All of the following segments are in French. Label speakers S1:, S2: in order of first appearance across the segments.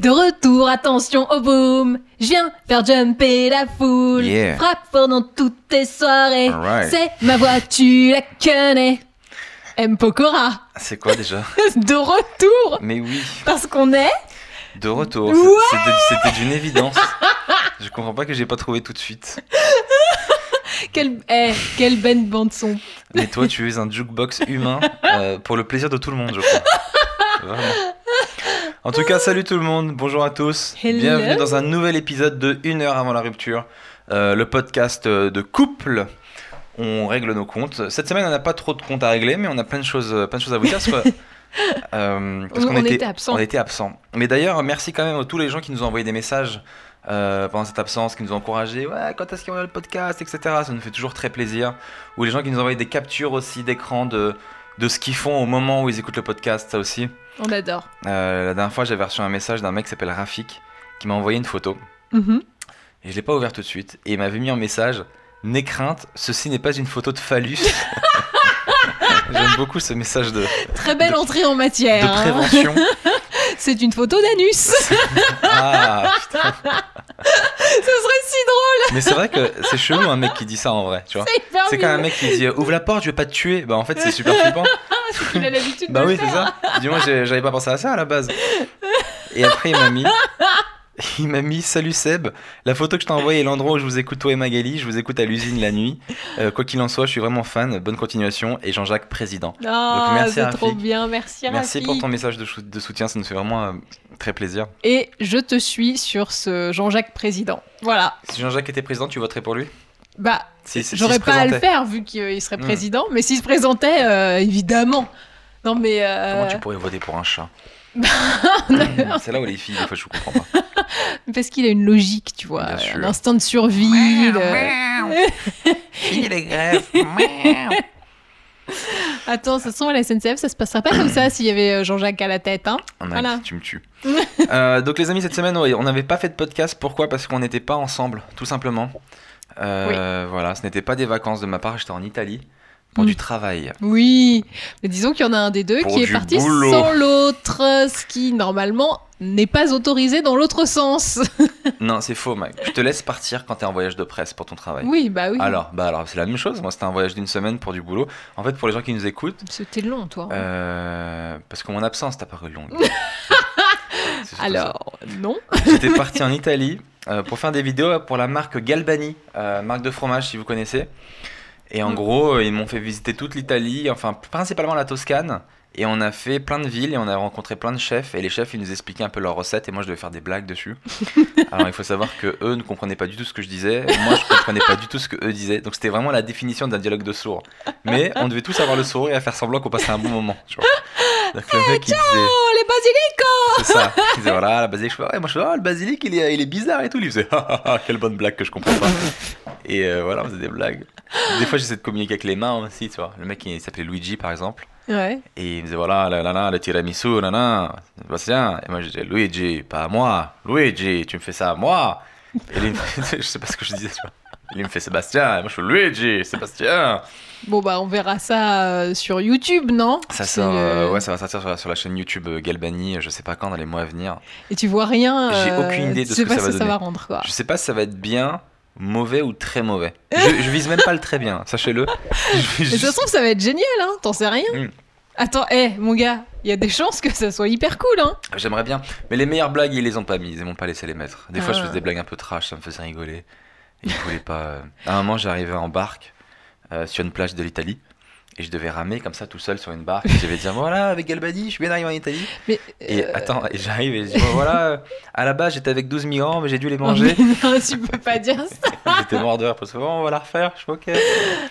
S1: De retour, attention au boom. Je viens faire jumper la foule.
S2: Yeah.
S1: Frappe pendant toutes tes soirées.
S2: Alright.
S1: C'est ma voix, tu la connais. M. Pokora.
S2: C'est quoi déjà
S1: De retour.
S2: Mais oui,
S1: Parce qu'on est.
S2: de retour. C'est-
S1: Ouais
S2: c'était- C'était d'une évidence. Je comprends pas que j'ai pas trouvé tout de suite.
S1: Quelle, eh, quelle belle bande-son.
S2: Mais toi, tu es un jukebox humain euh, pour le plaisir de tout le monde, je crois. Vraiment. En tout cas, salut tout le monde, bonjour à tous.
S1: Hello.
S2: Bienvenue dans un nouvel épisode de Une heure avant la rupture, euh, le podcast euh, de couple. On règle nos comptes. Cette semaine, on n'a pas trop de comptes à régler, mais on a plein de choses, plein de choses à vous dire. Parce que, euh, parce
S1: On-
S2: qu'on
S1: on était
S2: était,
S1: absents.
S2: on était absents. Mais d'ailleurs, merci quand même à tous les gens qui nous ont envoyé des messages euh, pendant cette absence, qui nous ont encouragés. Ouais, quand est-ce qu'il y aura le podcast, etc. Ça nous fait toujours très plaisir. Ou les gens qui nous envoient des captures aussi d'écran de, de ce qu'ils font au moment où ils écoutent le podcast, ça aussi.
S1: On adore.
S2: Euh, la dernière fois, j'avais reçu un message d'un mec qui s'appelle Rafik qui m'a envoyé une photo Mm-hmm.
S1: Mhm.
S2: et je l'ai pas ouvert tout de suite et il m'avait mis un message N'aie crainte, ceci n'est pas une photo de phallus. J'aime beaucoup ce message de,
S1: Très belle
S2: De-
S1: entrée en matière.
S2: de
S1: hein.
S2: prévention.
S1: C'est une photo d'anus.
S2: Ah, putain.
S1: Ce serait si drôle.
S2: Mais c'est vrai que c'est chelou un mec qui dit ça en vrai, tu vois.
S1: C'est hyper
S2: C'est quand
S1: mignon.
S2: un mec qui dit euh, ouvre la porte, je vais pas te tuer. Bah en fait c'est super flippant.
S1: Il a l'habitude
S2: Bah
S1: de
S2: oui,
S1: le
S2: c'est
S1: faire.
S2: ça. Du moins, j'ai- j'avais pas pensé à ça à la base. Et après, il m'a mis. Il m'a mis Salut Seb, la photo que je t'ai envoyée est l'endroit où je vous écoute, toi et Magali. Je vous écoute à l'usine la nuit. Euh, quoi qu'il en soit, je suis vraiment fan. Bonne continuation. Et Jean-Jacques, président.
S1: Ah,
S2: Donc, merci,
S1: c'est trop
S2: Rafik.
S1: bien. Merci,
S2: Merci
S1: Rafik.
S2: pour ton message de, chou- de soutien. Ça nous fait vraiment euh, très plaisir.
S1: Et je te suis sur ce Jean-Jacques président. Voilà.
S2: Si Jean-Jacques était président, tu voterais pour lui
S1: Bah,
S2: si, si- s'il
S1: j'aurais
S2: se
S1: pas à le
S2: présentait.
S1: faire vu qu'il euh, serait
S2: Hmm.
S1: président, mais s'il se présentait, euh, évidemment. Non, mais. euh,
S2: Comment tu pourrais voter pour un chat C'est là où les filles, des fois, je comprends pas.
S1: Parce qu'il a une logique, tu vois.
S2: Bien sûr.
S1: L'instinct de survie. le-
S2: Fini les grèves. Miaou.
S1: Attends, ça se trouve à la SNCF, ça se passerait pas comme ça s'il y avait euh, Jean-Jacques à la tête, hein.
S2: On a
S1: Voilà.
S2: dit, tu me tues. Euh, donc les amis, cette semaine, ouais, on n'avait pas fait de podcast. Pourquoi Parce qu'on n'était pas ensemble, tout simplement. Euh, Voilà, ce n'était pas des vacances de ma part. J'étais en Italie pour
S1: Mm.
S2: du travail.
S1: Oui, mais disons qu'il y en a un des deux
S2: Pour
S1: qui est
S2: du
S1: parti
S2: boulot.
S1: sans l'autre, ce qui normalement n'est pas autorisé dans l'autre sens.
S2: non, c'est faux, Mike. Je te laisse partir quand t'es en voyage de presse pour ton travail.
S1: Oui, bah oui.
S2: Alors, bah alors, c'est la même chose. Moi, c'était un voyage d'une semaine pour du boulot. En fait, pour les gens qui nous écoutent,
S1: C'était long, toi.
S2: euh, parce que mon absence t'a paru longue. C'est surtout ça.
S1: Alors, non.
S2: J'étais parti en Italie euh, pour faire des vidéos pour la marque Galbani, euh, marque de fromage si vous connaissez. Et en
S1: Mm.
S2: gros, euh, ils m'ont fait visiter toute l'Italie, enfin principalement la Toscane. Et on a fait plein de villes et on a rencontré plein de chefs. Et les chefs, ils nous expliquaient un peu leurs recettes et moi, je devais faire des blagues dessus. Alors, il faut savoir que eux ne comprenaient pas du tout ce que je disais. Moi, je comprenais pas du tout ce que eux disaient. Donc, c'était vraiment la définition d'un dialogue de sourds. Mais on devait tous avoir le sourire et faire semblant qu'on passait un bon moment. Tu vois. Donc, le mec, il disait-
S1: Oh, les basiliques
S2: c'est ça. Il disait voilà, la basilic. Je fais, ouais, moi je fais, ah, le basilic, il est, il est bizarre et tout. Il faisait, ah, ah, ah, quelle bonne blague que je comprends pas. et euh, voilà, on faisait des blagues. Des fois, j'essaie de communiquer avec les mains aussi, tu vois. Le mec, il s'appelait Luigi, par exemple.
S1: Ouais.
S2: Et il me disait, voilà, là, là, là, le tiramisu, là, là, Sébastien. Et moi, je disais, Luigi, pas à moi. Luigi, tu me fais ça à moi. Et lui, il me- je sais pas ce que je disais, tu vois. Il me fait Sébastien, et moi je fais Luigi, Sébastien.
S1: Bon, bah, on verra ça euh, sur YouTube, non
S2: Ça
S1: C'est
S2: sort, euh,
S1: le-
S2: ouais, ça va sortir sur la, sur la chaîne YouTube euh, Galbani, je sais pas quand, dans les mois à venir.
S1: Et tu vois rien.
S2: J'ai
S1: euh,
S2: aucune idée de
S1: tu
S2: ce
S1: sais
S2: que
S1: pas
S2: ça va
S1: ça
S2: donner.
S1: va rendre, quoi.
S2: Je sais pas si ça va être bien, mauvais ou très mauvais. Je, je vise même pas le très bien, sachez-le. Je vais
S1: Mais ça se
S2: juste-
S1: trouve, ça va être génial, hein T'en sais rien
S2: Mm.
S1: Attends, hé, mon gars, il y a des chances que ça soit hyper cool, hein
S2: J'aimerais bien. Mais les meilleures blagues, ils les ont pas mises, ils m'ont pas laissé les mettre. Des fois, je
S1: Ah.
S2: faisais des blagues un peu trash, ça me faisait rigoler. Et je voulais pas. euh. À un moment, j'arrivais en barque euh, sur une plage de l'Italie. Et je devais ramer comme ça tout seul sur une barque. Et je devais dire voilà, avec Galbani, je suis bien arrivé en Italie.
S1: Mais.
S2: Et
S1: euh,
S2: attends, et j'arrive et je dis Bon, voilà, euh, à la base j'étais avec 12 migrants, mais j'ai dû les
S1: non,
S2: manger.
S1: mais non, tu peux pas dire ça.
S2: j'étais mort de rire parce que bon, on va la refaire, je suis ok.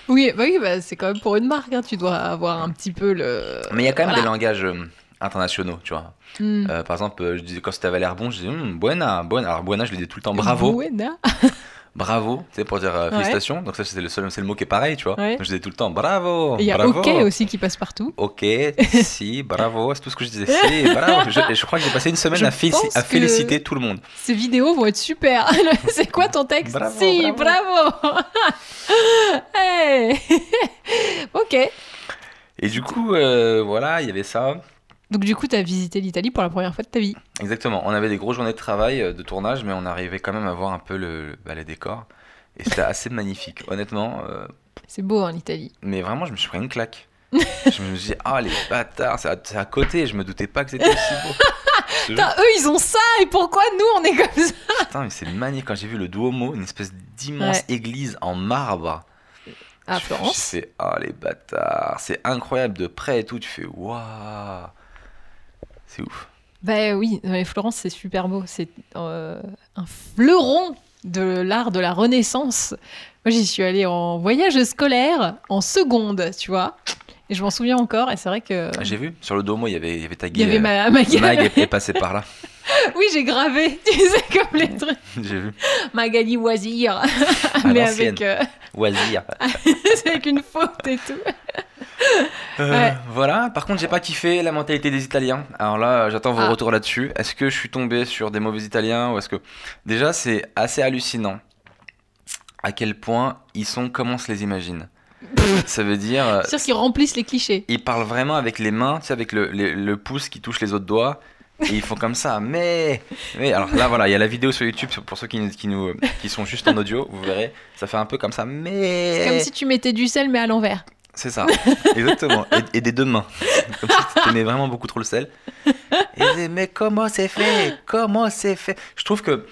S1: Oui, bah oui, bah, c'est quand même pour une marque, hein, tu dois avoir un petit peu le.
S2: Mais il y a quand même
S1: Voilà.
S2: des langages euh, internationaux, tu vois.
S1: Mm.
S2: Euh, par exemple, euh, je disais, quand c'était l'air bon, je disais Hum, buena, buena. Alors buena, je lui dis tout le temps Euh, bravo,
S1: Buena.
S2: bravo, tu sais, pour dire euh,
S1: Ouais.
S2: félicitations. Donc ça, c'est le seul, c'est le mot qui est pareil, tu vois.
S1: Ouais.
S2: Donc, je disais tout le temps bravo,
S1: Et il y a
S2: bravo.
S1: OK aussi qui passe partout.
S2: Ok, si, bravo, c'est tout ce que je disais. Si, bravo. Je, je crois que j'ai passé une semaine
S1: Je
S2: à, félici-
S1: pense
S2: à
S1: que-
S2: féliciter tout le monde.
S1: Ces vidéos vont être super. c'est quoi ton texte
S2: Bravo,
S1: Si, bravo.
S2: bravo.
S1: Hey. ok.
S2: Et du coup, euh, voilà, il y avait ça.
S1: Donc du coup, t'as visité l'Italie pour la première fois de ta vie.
S2: Exactement. On avait des grosses journées de travail, euh, de tournage, mais on arrivait quand même à voir un peu le, le- bah, les décors. Et c'était assez magnifique, honnêtement. euh,
S1: C'est beau en Italie.
S2: mais vraiment, je me suis pris une claque. je me suis dit, ah les bâtards, c'est à, c'est à côté, je me doutais pas que c'était aussi beau. Je te jure.
S1: Putain, eux, ils ont ça, et pourquoi nous, on est comme ça
S2: Putain, mais c'est magnifique. Quand j'ai vu le Duomo, une espèce d'immense église en marbre.
S1: À
S2: je- Je
S1: Florence.
S2: fais, ah les bâtards, c'est incroyable de près et tout. Tu fais, waouh, c'est ouf.
S1: Bah oui, non, mais Florence, c'est super beau. C'est euh, un fleuron de l'art de la Renaissance. Moi, j'y suis allée en voyage scolaire, en seconde, tu vois. Et je m'en souviens encore, et c'est vrai que...
S2: Ah, J'ai vu, sur le Duomo, il y avait, il y avait tagué.
S1: Il y avait ma,
S2: euh,
S1: ma
S2: Mag est- est passé par là.
S1: Oui, j'ai gravé, tu sais, comme les trucs.
S2: J'ai vu.
S1: Magali Wazir,
S2: À
S1: mais
S2: l'ancienne.
S1: avec, euh,
S2: Wazir.
S1: c'est avec une faute et tout.
S2: Euh,
S1: Ouais.
S2: Voilà, par contre, j'ai pas kiffé la mentalité des Italiens. Alors là, euh, j'attends vos
S1: Ah.
S2: retours là-dessus. Est-ce que je suis tombé sur des mauvais Italiens ou est-ce que. Déjà, c'est assez hallucinant à quel point ils sont comme on se les imagine. Ça veut dire. euh,
S1: C'est sûr qu'ils remplissent les clichés.
S2: ils parlent vraiment avec les mains, tu sais, avec le, le- le pouce qui touche les autres doigts. Et ils font comme ça, mais, mais alors là voilà, il y a la vidéo sur YouTube pour ceux qui, nous- qui nous qui sont juste en audio, vous verrez, ça fait un peu comme ça, mais
S1: Comme si tu mettais du sel, mais à l'envers.
S2: C'est ça, exactement. Et, et des deux mains. Comme si t'aimais vraiment beaucoup trop le sel. Et c'est, mais comment c'est fait Comment c'est fait Je trouve que.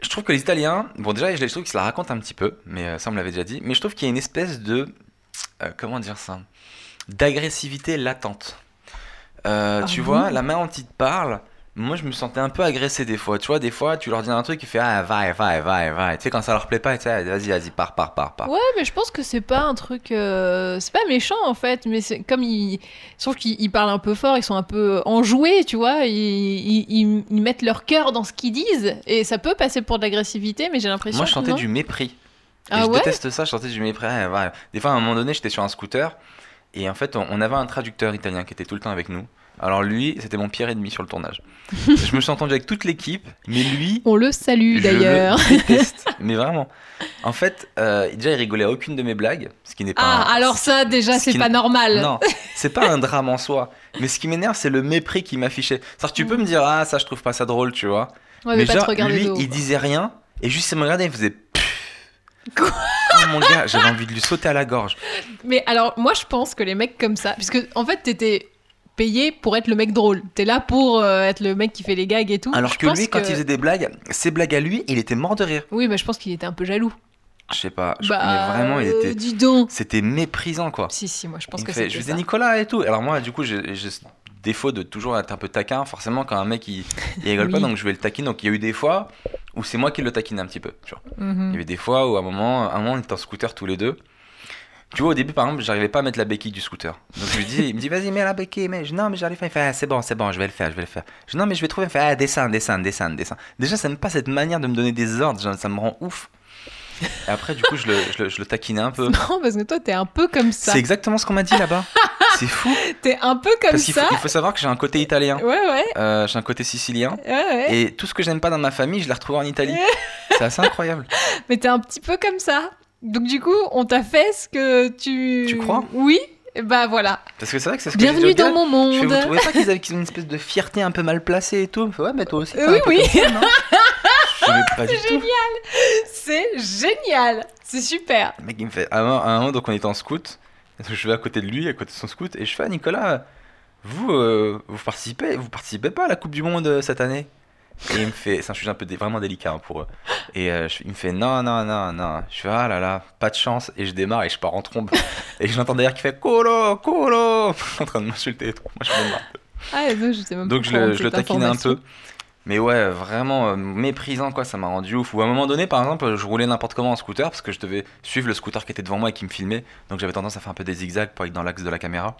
S2: Je trouve que les Italiens, bon déjà, je trouve qu'ils se la racontent un petit peu, mais euh, ça on me l'avait déjà dit, mais je trouve qu'il y a une espèce de, euh, comment dire ça, d'agressivité latente. Euh,
S1: Ah
S2: tu
S1: bon
S2: vois, la main dont ils te parlent, moi je me sentais un peu agressé des fois, tu vois, des fois tu leur dis un truc, ils font ah va, va, va, va, tu sais quand ça leur plaît pas, tu sais, vas-y, vas-y, pars, pars, pars, pars.
S1: Ouais, mais je pense que c'est pas un truc. euh, C'est pas méchant en fait, mais c'est comme ils. Sauf qu'ils ils parlent un peu fort, ils sont un peu enjoués, tu vois. Ils, ils- ils- ils mettent leur cœur dans ce qu'ils disent. Et ça peut passer pour de l'agressivité, mais j'ai l'impression.
S2: Moi je
S1: que
S2: sentais
S1: non.
S2: du mépris. Et
S1: Ah
S2: je
S1: ouais
S2: déteste ça, je sortais du mépris. Ouais, ouais. Des fois, à un moment donné, j'étais sur un scooter et en fait, on, on avait un traducteur italien qui était tout le temps avec nous. Alors lui, c'était mon pire ennemi sur le tournage. je me suis entendu avec toute l'équipe, mais lui,
S1: On le salue
S2: je
S1: d'ailleurs.
S2: le déteste. mais vraiment. En fait, euh, déjà, il rigolait à aucune de mes blagues, ce qui n'est pas.
S1: Ah, alors ça, déjà,
S2: ce
S1: c'est
S2: qui
S1: pas
S2: n-
S1: normal.
S2: Non, c'est pas un drame en soi. Mais ce qui m'énerve, c'est le mépris qu'il m'affichait. cest tu peux me dire, ah, ça, je trouve pas ça drôle, tu vois.
S1: Ouais,
S2: mais
S1: mais pas te
S2: genre,
S1: regarder
S2: lui,
S1: de haut,
S2: il
S1: quoi.
S2: disait rien et juste il me regardait, il faisait. pfff.
S1: Quoi
S2: oh mon gars, j'avais envie de lui sauter à la gorge.
S1: Mais alors, moi, je pense que les mecs comme ça, puisque en fait, t'étais payé pour être le mec drôle. T'es là pour euh, être le mec qui fait les gags et tout.
S2: Alors
S1: Je
S2: que
S1: pense
S2: lui, quand il faisait des blagues, ses blagues à lui, il était mort de rire.
S1: Oui, mais je pense qu'il était un peu jaloux.
S2: Je sais pas, je-
S1: bah,
S2: mais vraiment, il
S1: euh,
S2: était.
S1: dis donc.
S2: C'était méprisant quoi.
S1: Si, si, moi, je pense
S2: Il me
S1: que
S2: fait,
S1: c'est.
S2: je faisais Nicolas et tout. Alors moi, du coup, j'ai j'ai ce défaut de toujours être un peu taquin. Forcément, quand un mec il, il rigole pas,
S1: Oui.
S2: donc je vais le taquiner. Donc il y a eu des fois où c'est moi qui le taquine un petit peu. tu vois.
S1: Mhm. Mm.
S2: Il y avait des fois où à un moment, à un moment on était en scooter tous les deux. Tu vois, au début, par exemple, j'arrivais pas à mettre la béquille du scooter. Donc je lui dis, il me dit, vas-y, mets la béquille, mais je, non, mais j'arrive pas. Il fait, ah, c'est bon, c'est bon, je vais le faire, je vais le faire. Je dis, non, mais je vais trouver. Il fait, ah, descends, descends, descends, descends. Déjà, ça n'aime pas cette manière de me donner des ordres, genre, ça me rend ouf. Et après, du coup, je le, je le- je le taquinais un peu.
S1: Non, parce que toi, t'es un peu comme ça.
S2: C'est exactement ce qu'on m'a dit là-bas. C'est fou.
S1: T'es un peu comme
S2: Parce qu'il faut,
S1: ça.
S2: il faut savoir que j'ai un côté italien,
S1: Ouais, ouais,
S2: euh, j'ai un côté sicilien.
S1: ouais, ouais.
S2: Et tout ce que j'aime pas dans ma famille, je l'ai retrouvé en Italie. C'est assez incroyable.
S1: Mais t'es un petit peu comme ça. Donc, du coup, on t'a fait ce que tu.
S2: Tu crois
S1: Oui. Et Bah voilà.
S2: Parce que c'est vrai que c'est ce que j'ai dit
S1: Bienvenue
S2: au gars.
S1: dans mon
S2: Je fais,
S1: monde.
S2: vous trouvez pas qu'ils avaient- qu'ils ont une espèce de fierté un peu mal placée et tout Il me fait, ouais, mais toi aussi.
S1: Euh,
S2: t'as un
S1: oui,
S2: peu
S1: oui.
S2: comme ça, non Je fais, mais pas du
S1: C'est
S2: tout.
S1: génial. C'est génial. C'est super.
S2: Le mec, il me fait, à un, à un moment, donc on était en scout. Je vais à côté de lui, à côté de son scout, et je fais, Ah, Nicolas, vous, euh, vous participez, vous participez pas à la Coupe du Monde euh, cette année Et il me fait, c'est un sujet un peu dé- vraiment délicat hein, pour eux. Et euh, je- il me fait, non, non, non, non. Je fais, ah là là, pas de chance. Et je démarre et je pars en trombe. et j'entends derrière qui fait, colo, colo, en train de m'insulter et tout. Moi, je me marre.
S1: Ah, et donc, je sais même
S2: Donc
S1: pas
S2: je le,
S1: comment
S2: je le
S1: cette
S2: taquinais un
S1: information.
S2: peu. Mais ouais, vraiment euh, méprisant quoi, ça m'a rendu ouf. Ou à un moment donné, par exemple, je roulais n'importe comment en scooter parce que je devais suivre le scooter qui était devant moi et qui me filmait. Donc j'avais tendance à faire un peu des zigzags pour être dans l'axe de la caméra.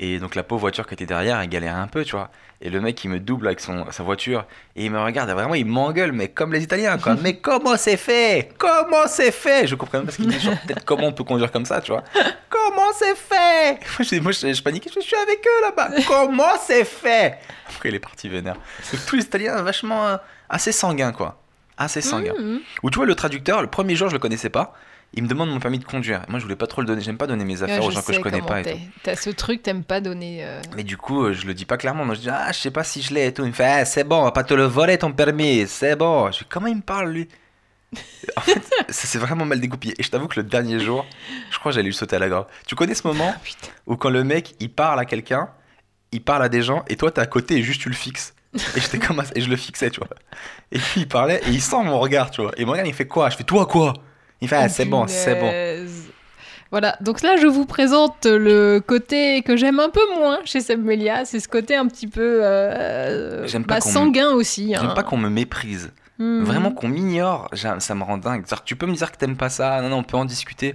S2: Et donc la pauvre voiture qui était derrière, elle galérait un peu, tu vois. Et le mec, il me double avec son, sa voiture et il me regarde. et vraiment, il m'engueule, mais comme les Italiens quoi. mais comment c'est fait Comment c'est fait Je comprenais pas ce qu'il disait. Genre, peut-être comment on peut conduire comme ça, tu vois. Comment c'est fait Moi, je, moi, je- je paniquais, je, je suis avec eux là-bas. Comment c'est fait Après, il est parti vénère. Donc, tous les Italiens, vachement euh, assez sanguins, quoi. Assez sanguins.
S1: Mhm.
S2: Ou tu vois, le traducteur, le premier jour, je le connaissais pas. Il me demande mon permis de conduire. Moi, je voulais pas trop le donner. J'aime pas donner mes affaires
S1: Ouais,
S2: aux gens que je
S1: sais
S2: connais
S1: comment
S2: pas. et
S1: t'es.
S2: tout.
S1: T'as ce truc, t'aimes pas donner. euh,
S2: Mais du coup, euh, je le dis pas clairement. Moi, je dis Ah, je sais pas si je l'ai et tout. Il me fait Ah, c'est bon, on va pas te le voler ton permis. C'est bon. Je fais Comment il me parle, lui En fait, ça s'est vraiment mal dégoupillé. Et je t'avoue que le dernier jour, je crois que j'allais lui sauter à la gorge. Tu connais ce moment
S1: putain.
S2: où quand le mec, il parle à quelqu'un, il parle à des gens, et toi, t'es à côté et juste tu le fixes. Et j'étais comme ça, et je le fixais, tu vois. Et puis il parlait, et il sent mon regard, tu vois. Et mon regard, il fait quoi Je fais Toi, quoi Il fait Ah,
S1: Oh,
S2: c'est bon, c'est bon.
S1: punaise. Voilà, donc là je vous présente le côté que j'aime un peu moins chez Samuelia, c'est ce côté un petit peu euh,
S2: J'aime pas
S1: bah,
S2: qu'on me-
S1: sanguin aussi. hein.
S2: J'aime pas qu'on me méprise.
S1: Mhm.
S2: Vraiment qu'on m'ignore, j'a- ça me rend dingue. C'est-à-dire que tu peux me dire que t'aimes pas ça, non, non, on peut en discuter.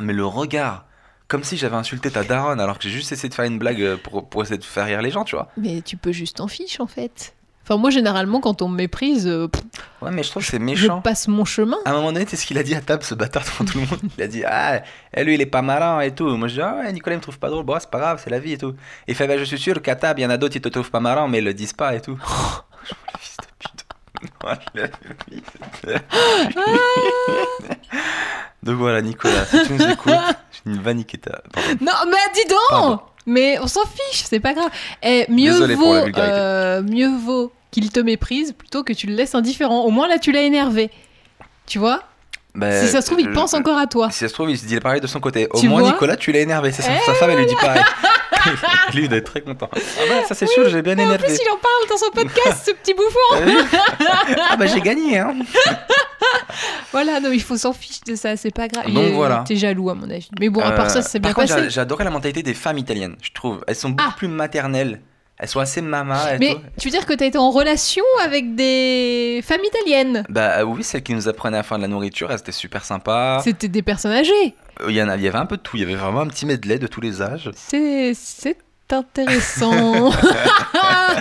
S2: Mais le regard, comme si j'avais insulté ta daronne alors que j'ai juste essayé de faire une blague euh, pour, pour essayer de faire rire les gens, tu vois.
S1: Mais tu peux juste t'en fiche en fait. Enfin moi généralement quand on me méprise, euh, pff,
S2: Ouais, mais je trouve que c'est
S1: je
S2: méchant.
S1: passe mon chemin.
S2: À un moment donné, c'est ce qu'il a dit à table, ce bâtard devant tout le monde. Il a dit Ah, eh, lui, il est pas malin et tout. Moi, je dis Ah, ouais, Nicolas, il me trouve pas drôle. Bon, c'est pas grave, c'est la vie et tout. Il fait Bah, Je suis sûr qu'à table, il y en a d'autres qui te trouvent pas marrant, mais ils le disent pas et tout. Je vois, fils de pute. Moi, je l'ai- Donc voilà, Nicolas, si tu nous écoutes, j'ai une vaniqueta. Pardon.
S1: Non mais dis donc
S2: Pardon.
S1: Mais on s'en fiche, c'est pas grave. Et mieux
S2: Désolé pour
S1: vaut,
S2: la vulgarité.
S1: euh, mieux vaut qu'il te méprise plutôt que tu le laisses indifférent. Au moins là tu l'as énervé. Tu vois
S2: Ben,
S1: Si ça se trouve, il
S2: je-
S1: pense encore à toi.
S2: Si ça se trouve, il se dit pareil de son côté. Au
S1: Tu
S2: moins,
S1: vois Eh
S2: Nicolas, tu l'as énervé. C'est ça, sa femme, elle lui dit pareil. lui, il doit être très content. Ah bah, ça, c'est sûr, j'ai bien
S1: En
S2: énervé.
S1: plus, il en parle dans son podcast, ce petit bouffon.
S2: T'as vu ah bah j'ai gagné hein
S1: Voilà, non, il faut s'en fiche de ça, c'est pas grave.
S2: Donc
S1: Il est-
S2: voilà.
S1: T'es jaloux, à mon avis. Mais bon, à part ça,
S2: Euh,
S1: c'est
S2: par
S1: bien
S2: contre, j'a-
S1: passé.
S2: J'adorais la mentalité des femmes italiennes, je trouve. Elles sont beaucoup
S1: Ah.
S2: plus maternelles. Elles sont assez mamas et
S1: Mais
S2: tout.
S1: tu veux dire que t'as été en relation avec des femmes italiennes
S2: Bah euh, oui, celles qui nous apprenaient à faire de la nourriture, elles étaient super sympas.
S1: C'était des personnes âgées.
S2: Euh, Il y en a- il y avait un peu de tout, il y avait vraiment un petit medley de tous les âges.
S1: C'est. C'est intéressant. Ha,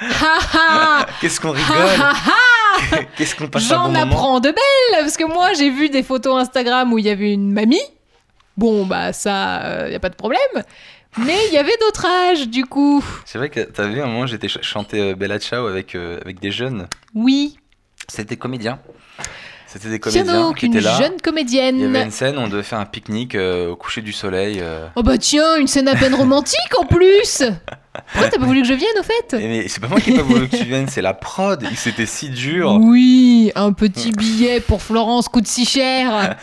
S1: ha,
S2: Qu'est-ce qu'on
S1: ha, ha,
S2: rigole
S1: ha.
S2: Qu'est-ce qu'on passe un bon
S1: J'en
S2: moment
S1: apprends de belles parce que moi j'ai vu des photos Instagram où il y avait une mamie. Bon bah ça euh, y a pas de problème. Mais il y avait d'autres âges du coup.
S2: C'est vrai que t'as vu, à un moment, j'étais ch- chanté euh, Bella Ciao avec, euh, avec des jeunes.
S1: Oui.
S2: C'était comédiens. C'était des
S1: Tiens
S2: comédiens
S1: donc,
S2: qui
S1: une
S2: étaient là.
S1: jeune
S2: Il y
S1: comédienne.
S2: avait une scène où on devait faire un pique-nique euh, au coucher du soleil. euh.
S1: Oh bah tiens, une scène à peine romantique en plus Pourquoi t'as pas voulu que je vienne au fait
S2: Et mais c'est pas moi qui ai pas voulu que tu viennes, c'est la prod. Et C'était si dur.
S1: Oui, un petit billet pour Florence coûte si cher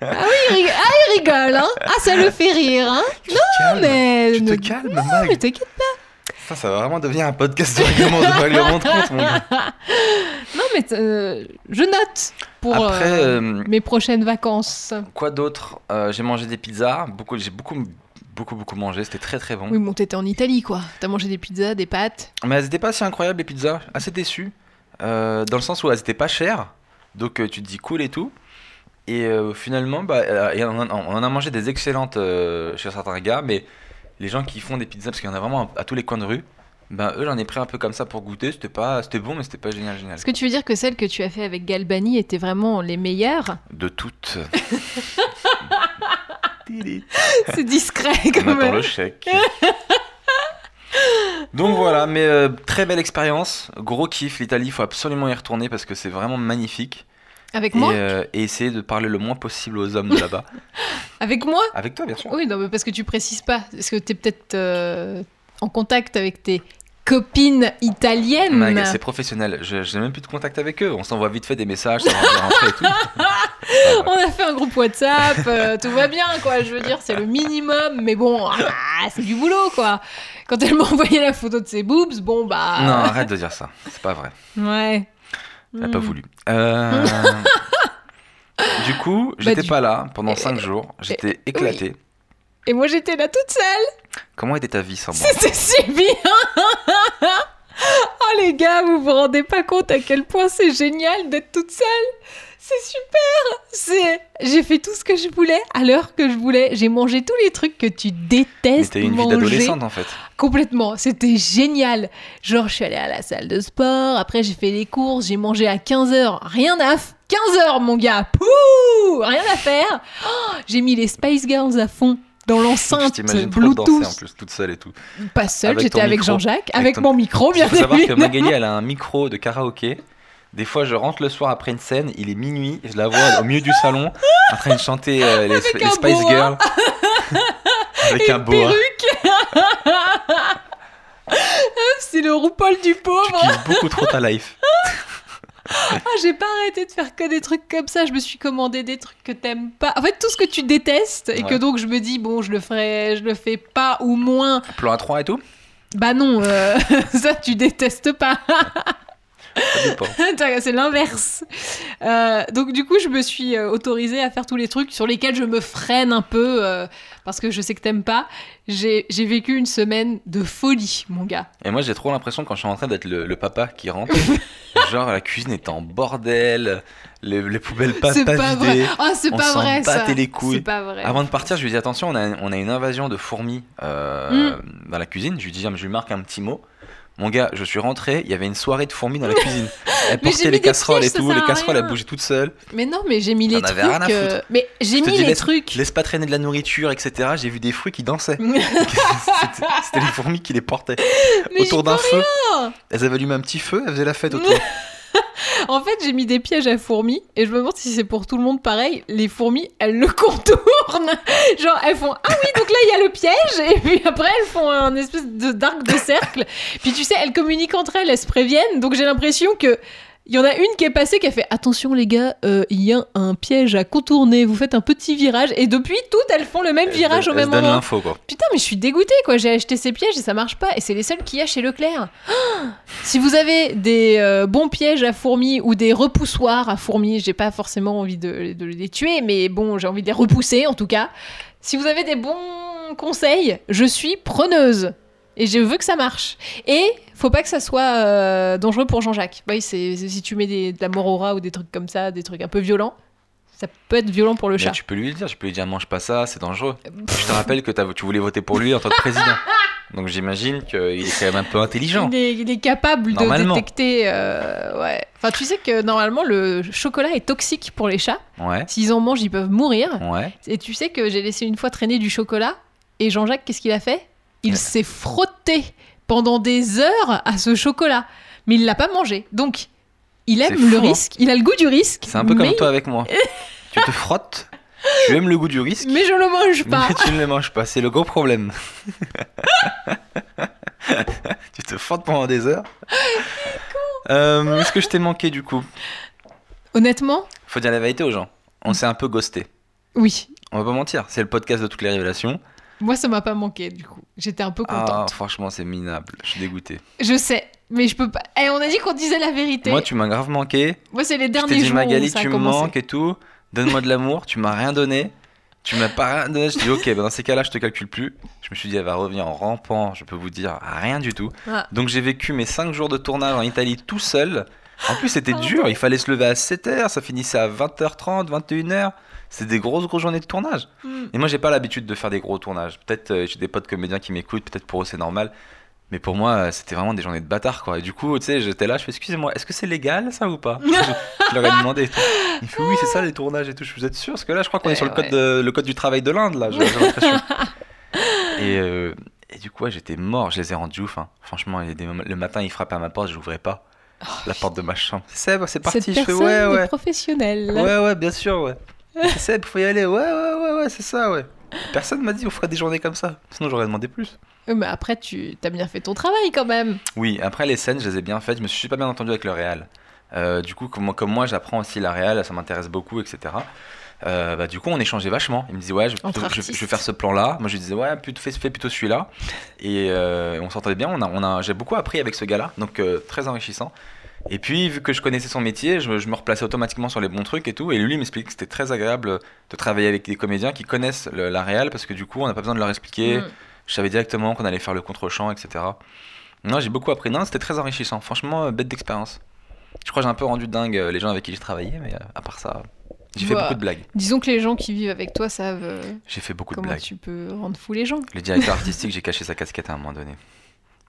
S1: Ah oui, il rigole, ah, il rigole, hein Ah, ça le fait rire, hein
S2: Calme.
S1: Mais...
S2: Ah, Tu te
S1: ne-
S2: calmes,
S1: Non, mais
S2: Mag.
S1: t'inquiète
S2: Ça, ça va vraiment devenir un podcast de règlement de, règlement de compte, mon gars.
S1: Non, mais euh, je note pour
S2: Après,
S1: euh,
S2: euh,
S1: mes prochaines vacances.
S2: quoi d'autre Euh, J'ai mangé des pizzas. Beaucoup, j'ai beaucoup, beaucoup, beaucoup mangé. C'était très, très bon.
S1: Oui, bon, t'étais en Italie, quoi. T'as mangé des pizzas, des pâtes.
S2: Mais elles étaient pas si incroyables, les pizzas. Assez déçu. Euh, dans le sens où elles étaient pas chères. Donc, euh, tu te dis cool et tout. Et euh, finalement, bah, euh, et on, en- on en a mangé des excellentes euh, chez certains gars. Mais les gens qui font des pizzas, parce qu'il y en a vraiment à tous les coins de rue, ben eux, j'en ai pris un peu comme ça pour goûter. C'était pas, c'était bon, mais c'était pas génial, génial.
S1: Est-ce que tu veux dire que celles que tu as fait avec Galbani étaient vraiment les meilleures
S2: De toutes.
S1: C'est discret
S2: On
S1: quand
S2: attend
S1: même.
S2: le chèque. Donc voilà, mais euh, très belle expérience, gros kiff l'Italie, faut absolument y retourner parce que c'est vraiment magnifique
S1: Avec
S2: et,
S1: moi
S2: euh, et essayer de parler le moins possible aux hommes de là-bas.
S1: Avec moi
S2: Avec toi bien sûr.
S1: Oui, non, mais parce que tu précises pas. Parce que t'es peut-être euh, en contact avec tes copines italiennes.
S2: Mag, C'est professionnel, je je n'ai même plus de contact avec eux, on s'envoie vite fait des messages, ça va bien rentrer et tout. Ah,
S1: On a fait un groupe WhatsApp, euh, tout va bien, quoi. Je veux dire, c'est le minimum, mais bon, ah, c'est du boulot, quoi. Quand elle m'a envoyé la photo de ses boobs, bon,
S2: Non,
S1: bah.
S2: arrête de dire ça, c'est pas vrai,
S1: Ouais.
S2: elle a
S1: Hmm.
S2: pas voulu. Euh, Du coup, j'étais
S1: Bah, du- Eh,
S2: pas là pendant 5 jours, j'étais éclaté.
S1: Et moi, j'étais là toute seule.
S2: Comment était ta vie sans moi
S1: C'était si bien. oh, les gars, vous vous rendez pas compte à quel point c'est génial d'être toute seule. C'est super. C'est... J'ai fait tout ce que je voulais à l'heure que je voulais. J'ai mangé tous les trucs que tu
S2: Mais
S1: détestes
S2: t'as eu une vie
S1: manger.
S2: d'adolescente en fait.
S1: Complètement, c'était génial. Genre, je suis allée à la salle de sport, après j'ai fait les courses, j'ai mangé à 15h. Rien à... f- 15h, mon gars Pouh Rien à faire Oh, J'ai mis les Spice Girls à fond dans
S2: Je
S1: l'enceinte
S2: t'imagine trop danser en
S1: Bluetooth.
S2: plus, toute seule et tout.
S1: Pas seule,
S2: Avec
S1: j'étais
S2: ton
S1: avec
S2: micro.
S1: Jean-Jacques,
S2: Avec
S1: avec
S2: ton-
S1: mon micro,
S2: Il
S1: bien
S2: faut savoir que
S1: évidemment.
S2: Magali, elle a un micro de karaoké Des fois, je rentre le soir après une scène, il est minuit, et je la vois au milieu du salon, en train de chanter euh, les,
S1: Avec
S2: les
S1: un
S2: Spice
S1: boa.
S2: Girls. Avec
S1: Et
S2: un
S1: une
S2: boa.
S1: perruque C'est le RuPaul du
S2: Tu
S1: pauvre
S2: kiffes beaucoup trop ta life.
S1: Ah, J'ai pas arrêté de faire que des trucs comme ça, je me suis commandé des trucs que t'aimes pas. En fait, tout ce que tu détestes, et que
S2: Ouais.
S1: donc je me dis, bon, je le ferai, je le fais pas, ou moins.
S2: Plan à 3 et tout
S1: Bah non, euh, ça tu détestes pas.
S2: Ça dépend.
S1: T'as- C'est l'inverse. Euh, donc du coup, je me suis euh, autorisée à faire tous les trucs sur lesquels je me freine un peu euh, parce que je sais que t'aimes pas. J'ai j'ai vécu une semaine de folie, mon gars.
S2: Et moi, j'ai trop l'impression quand je suis en train d'être le, le papa qui rentre. Genre, la cuisine est en bordel, les, les poubelles pas,
S1: c'est
S2: pas,
S1: vrai.
S2: vidées.
S1: Ah, c'est
S2: On
S1: pas
S2: s'en
S1: vrai ça.
S2: battait les couilles.
S1: C'est pas vrai.
S2: Avant de partir, je lui dis attention, on a, on a une invasion de fourmis euh,
S1: Mm.
S2: dans la cuisine. Je lui dis, ah, mais je lui marque un petit mot. Mon gars, je suis rentré, il y avait une soirée de fourmis dans la cuisine. Elle
S1: Mais j'ai mis
S2: portait les
S1: des
S2: casseroles
S1: pièges,
S2: et
S1: ça
S2: tout,
S1: sert
S2: les
S1: à
S2: casseroles, elle
S1: rien.
S2: bougeait toute seule.
S1: Mais non, mais j'ai mis
S2: T'en
S1: les
S2: avais
S1: trucs.
S2: rien à foutre.
S1: euh, Mais j'ai
S2: Je te
S1: mis
S2: dis,
S1: les
S2: laisse-
S1: trucs.
S2: Laisse pas traîner de la nourriture, etc. J'ai vu des fruits qui dansaient.
S1: mais
S2: C'était c'était les fourmis qui les portaient
S1: j'y
S2: autour d'un
S1: peux
S2: feu.
S1: rien.
S2: Elles avaient allumé un petit feu, elles faisaient la fête autour.
S1: En fait, j'ai mis des pièges à fourmis et je me demande si c'est pour tout le monde pareil. Les fourmis, elles le contournent. Genre, elles font Ah oui, donc là, il y a le piège. Et puis après, elles font un espèce de- d'arc de cercle. Puis tu sais, elles communiquent entre elles, elles se préviennent. Donc j'ai l'impression que. Il y en a une qui est passée qui a fait Attention les gars, euh, il y a un piège à contourner, vous faites un petit virage. Et depuis, toutes elles font le même virage
S2: Elles-
S1: au même
S2: elles se donnent
S1: moment.
S2: l'info quoi.
S1: Putain, mais je suis dégoûtée, quoi. J'ai acheté ces pièges et ça marche pas. Et c'est les seuls qu'il y a chez Leclerc. Ah si vous avez des euh, bons pièges à fourmis ou des repoussoirs à fourmis, j'ai pas forcément envie de, de les tuer, mais bon, j'ai envie de les repousser en tout cas. Si vous avez des bons conseils, je suis preneuse. Et je veux que ça marche. Et faut pas que ça soit euh, dangereux pour Jean-Jacques. Oui, c'est c'est- si tu mets des, de la morora ou des trucs comme ça, des trucs un peu violents, ça peut être violent pour le
S2: Mais
S1: chat.
S2: tu peux lui le dire, tu peux lui dire mange pas ça, c'est dangereux. Je te rappelle que t'as- tu voulais voter pour lui en tant que président. Donc j'imagine qu'il est quand même un peu intelligent.
S1: Il est, il est capable de
S2: Normalement.
S1: détecter. euh, ouais. Enfin, tu sais que normalement le chocolat est toxique pour les chats.
S2: Ouais,
S1: S'ils en mangent, ils peuvent mourir.
S2: ouais.
S1: Et tu sais que j'ai laissé une fois traîner du chocolat. Et Jean-Jacques, qu'est-ce qu'il a fait Il
S2: Ouais.
S1: s'est frotté pendant des heures à ce chocolat, mais il l'a pas mangé. Donc, il aime
S2: C'est fou,
S1: le
S2: hein.
S1: risque. Il a le goût du risque.
S2: C'est un peu
S1: mais-
S2: comme toi avec moi. tu te frottes, tu aimes le goût du risque,
S1: Mais je le mange pas.
S2: mais tu ne le manges pas. C'est le gros problème. tu te frottes pendant des heures. Euh, Est-ce que je t'ai manqué du coup
S1: Honnêtement,
S2: Faut dire la vérité aux gens. On s'est un peu ghosté.
S1: oui.
S2: On va pas mentir, c'est le podcast de toutes les révélations.
S1: Moi, ça m'a pas manqué du coup. J'étais un peu contente.
S2: Ah, franchement, c'est minable. Je suis dégoûté.
S1: Je sais, mais je peux pas. Eh, on a dit qu'on disait la vérité.
S2: Moi, tu m'as grave manqué.
S1: Moi, c'est les
S2: Je t'ai
S1: derniers
S2: dit
S1: jours où
S2: Magali,
S1: ça a
S2: tu me
S1: commencé.
S2: manques et tout, donne-moi de l'amour, tu m'as rien donné. Tu m'as pas rien donné, je dis ok, bah dans ces cas-là, je te calcule plus. Je me suis dit, elle va revenir en rampant, je peux vous dire, rien du tout.
S1: Ah.
S2: Donc j'ai vécu mes 5 jours de tournage en Italie tout seul. En plus, c'était
S1: Pardon.
S2: dur, il fallait se lever à 7h, ça finissait à 20h30, 21h. C'est des grosses, grosses journées de tournage.
S1: Mm.
S2: Et moi, j'ai pas l'habitude de faire des gros tournages. Peut-être euh, j'ai des potes comédiens qui m'écoutent, peut-être pour eux c'est normal. Mais pour moi, euh, c'était vraiment des journées de bâtard, quoi. Et du coup, tu sais, j'étais là, je fais excusez-moi, est-ce que c'est légal ça ou pas je, je leur ai demandé. et tout. Il me fait oui, c'est ça les tournages et tout. Je vous êtes sûr Parce que là, je crois qu'on
S1: Ouais,
S2: est sur le,
S1: Eh ouais.
S2: code de- le code du travail de l'Inde, là. j'ai- j'ai l'impression. et, euh, et du coup, ouais, j'étais mort, je les ai rendus ouf. hein. Franchement, il y a des moments- le matin, ils frappent à ma porte, j'ouvrais pas la porte de ma chambre. Seb, c'est parti.
S1: Oh, Cette
S2: je fais
S1: personne
S2: ouais, ouais.
S1: est professionnelle.
S2: Ouais, ouais, bien sûr, ouais. C'est Seb, faut y aller. Ouais, ouais, ouais, ouais, c'est ça, ouais. Personne m'a dit on ferait des journées comme ça. Sinon, j'aurais demandé plus.
S1: Euh, Mais après, tu as bien fait ton travail quand même.
S2: Oui, après les scènes, je les ai bien faites. Je me suis pas bien entendu avec le réal. Euh, du coup, comme, comme moi, j'apprends aussi la réal, ça m'intéresse beaucoup, etc. Euh, bah, du coup, on échangeait vachement. Il me disait, ouais, je vais,
S1: Entre
S2: plutôt- je- je,
S1: artistes.
S2: vais faire ce plan-là. Moi, je lui disais, ouais, plutôt, fais, fais plutôt celui-là. Et euh, on s'entendait bien. On a, on a, J'ai beaucoup appris avec ce gars-là, donc euh, très enrichissant. Et puis, vu que je connaissais son métier, je, je me replaçais automatiquement sur les bons trucs et tout. Et lui, il m'expliquait que c'était très agréable de travailler avec des comédiens qui connaissent le- la réal parce que du coup, on n'a pas besoin de leur expliquer.
S1: Mm.
S2: Je savais directement qu'on allait faire le contre-champ, etc. Non, j'ai beaucoup appris. Non, c'était très enrichissant. Franchement, euh, bête d'expérience. Je crois que j'ai un peu rendu dingue euh, les gens avec qui j'ai travaillé, mais euh, à part ça, j'ai fait
S1: Bah.
S2: beaucoup de blagues.
S1: Disons que les gens qui vivent avec toi savent euh,
S2: J'ai fait beaucoup de
S1: comment
S2: blagues.
S1: tu peux rendre fou les gens.
S2: Le directeur artistique, j'ai caché sa casquette à un moment donné.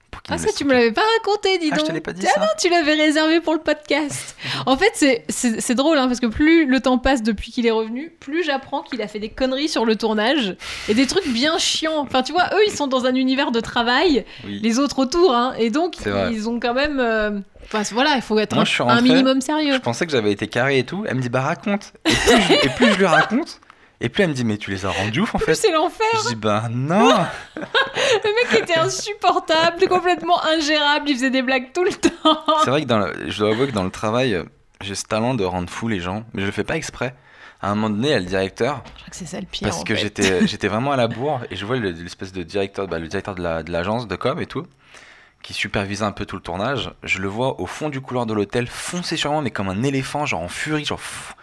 S2: pour qu'il
S1: Ah,
S2: me
S1: ça,
S2: laisse
S1: tu me
S2: tranquille.
S1: l'avais pas raconté, dis
S2: Ah,
S1: donc.
S2: je te l'ai pas dit
S1: Ah
S2: ça.
S1: non, tu l'avais réservé pour le podcast. en fait, c'est- c'est c'est drôle, hein, parce que plus le temps passe depuis qu'il est revenu, plus j'apprends qu'il a fait des conneries sur le tournage et des trucs bien chiants. Enfin, tu vois, eux, ils sont dans un univers de travail,
S2: Oui.
S1: les autres autour, hein, et donc,
S2: C'est vrai.
S1: ils ont quand même. euh, Enfin, c'est- voilà, il faut être
S2: Moi,
S1: un,
S2: je suis
S1: un
S2: rentré,
S1: minimum
S2: Je
S1: sérieux.
S2: pensais que j'avais été carré et tout. Elle me dit bah raconte. Et plus je, et plus je lui raconte, et plus elle me dit mais tu les as rendus ouf en
S1: Plus
S2: fait.
S1: c'est l'enfer.
S2: Je dis bah non.
S1: Le mec était insupportable, complètement ingérable, il faisait des blagues tout le temps.
S2: C'est vrai que dans le- je dois avouer que dans le travail, euh, j'ai ce talent de rendre fou les gens, mais je le fais pas exprès. À un moment donné, il y a le directeur,
S1: Je crois que c'est ça le pire.
S2: parce
S1: en
S2: que
S1: fait.
S2: j'étais euh, j'étais vraiment à la bourre, et je vois le- l'espèce de directeur, bah, le directeur de la- de l'agence de, com et tout, qui supervisait un peu tout le tournage. Je le vois au fond du couloir de l'hôtel, foncer sur moi, mais comme un éléphant, genre en furie, genre. pff.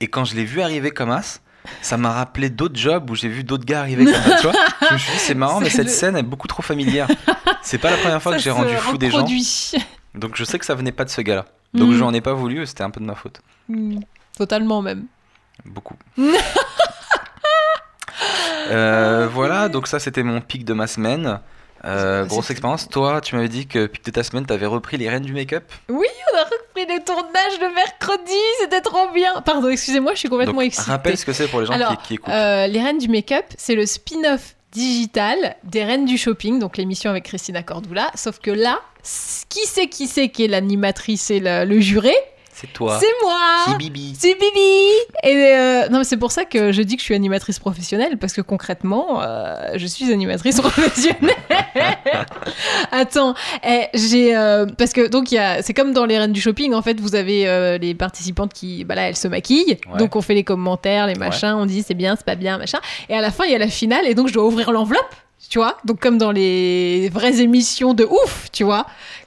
S2: Et quand je l'ai vu arriver comme as, ça m'a rappelé d'autres jobs où j'ai vu d'autres gars arriver comme ça, tu vois. Je me suis dit, c'est marrant, mais
S1: C'est
S2: cette
S1: le-
S2: scène est beaucoup trop familière. C'est pas la première fois
S1: Ça
S2: que j'ai
S1: se
S2: rendu fou des gens.
S1: reproduit.
S2: Donc je sais que ça venait pas de ce gars-là. Donc
S1: Mm.
S2: j'en ai pas voulu, c'était un peu de ma faute.
S1: Mm. Totalement même.
S2: Beaucoup. Euh, voilà, donc ça c'était mon pic de ma semaine. Euh,
S1: C'est-
S2: grosse
S1: c'est-
S2: expérience. Toi, tu m'avais dit que pic de ta semaine, t'avais repris les rênes du make-up.
S1: On a repris le tournage le mercredi, c'était trop bien. Pardon, excusez-moi, je suis complètement
S2: Donc,
S1: excitée.
S2: rappelle ce que c'est pour les gens
S1: Alors,
S2: qui, qui écoutent.
S1: Euh, les Reines du Make-up, c'est le spin-off digital des Reines du Shopping, donc l'émission avec Christina Cordula. Sauf que là, c- qui c'est qui c'est qui est l'animatrice et le, le juré
S2: c'est toi.
S1: C'est moi
S2: C'est Bibi.
S1: C'est Bibi Et euh, non, mais c'est pour ça que je dis que je suis animatrice professionnelle parce que concrètement, euh, je suis animatrice professionnelle. Attends, eh, j'ai euh, parce que donc il y a, c'est comme dans les reines du shopping en fait, vous avez euh, les participantes qui, bah là, elles se maquillent,
S2: Ouais.
S1: donc on fait les commentaires, les machins, on dit c'est bien, c'est pas bien, machin. Et à la fin, il y a la finale et donc je dois ouvrir l'enveloppe, tu vois. Donc comme dans les vraies émissions de ouf, tu vois,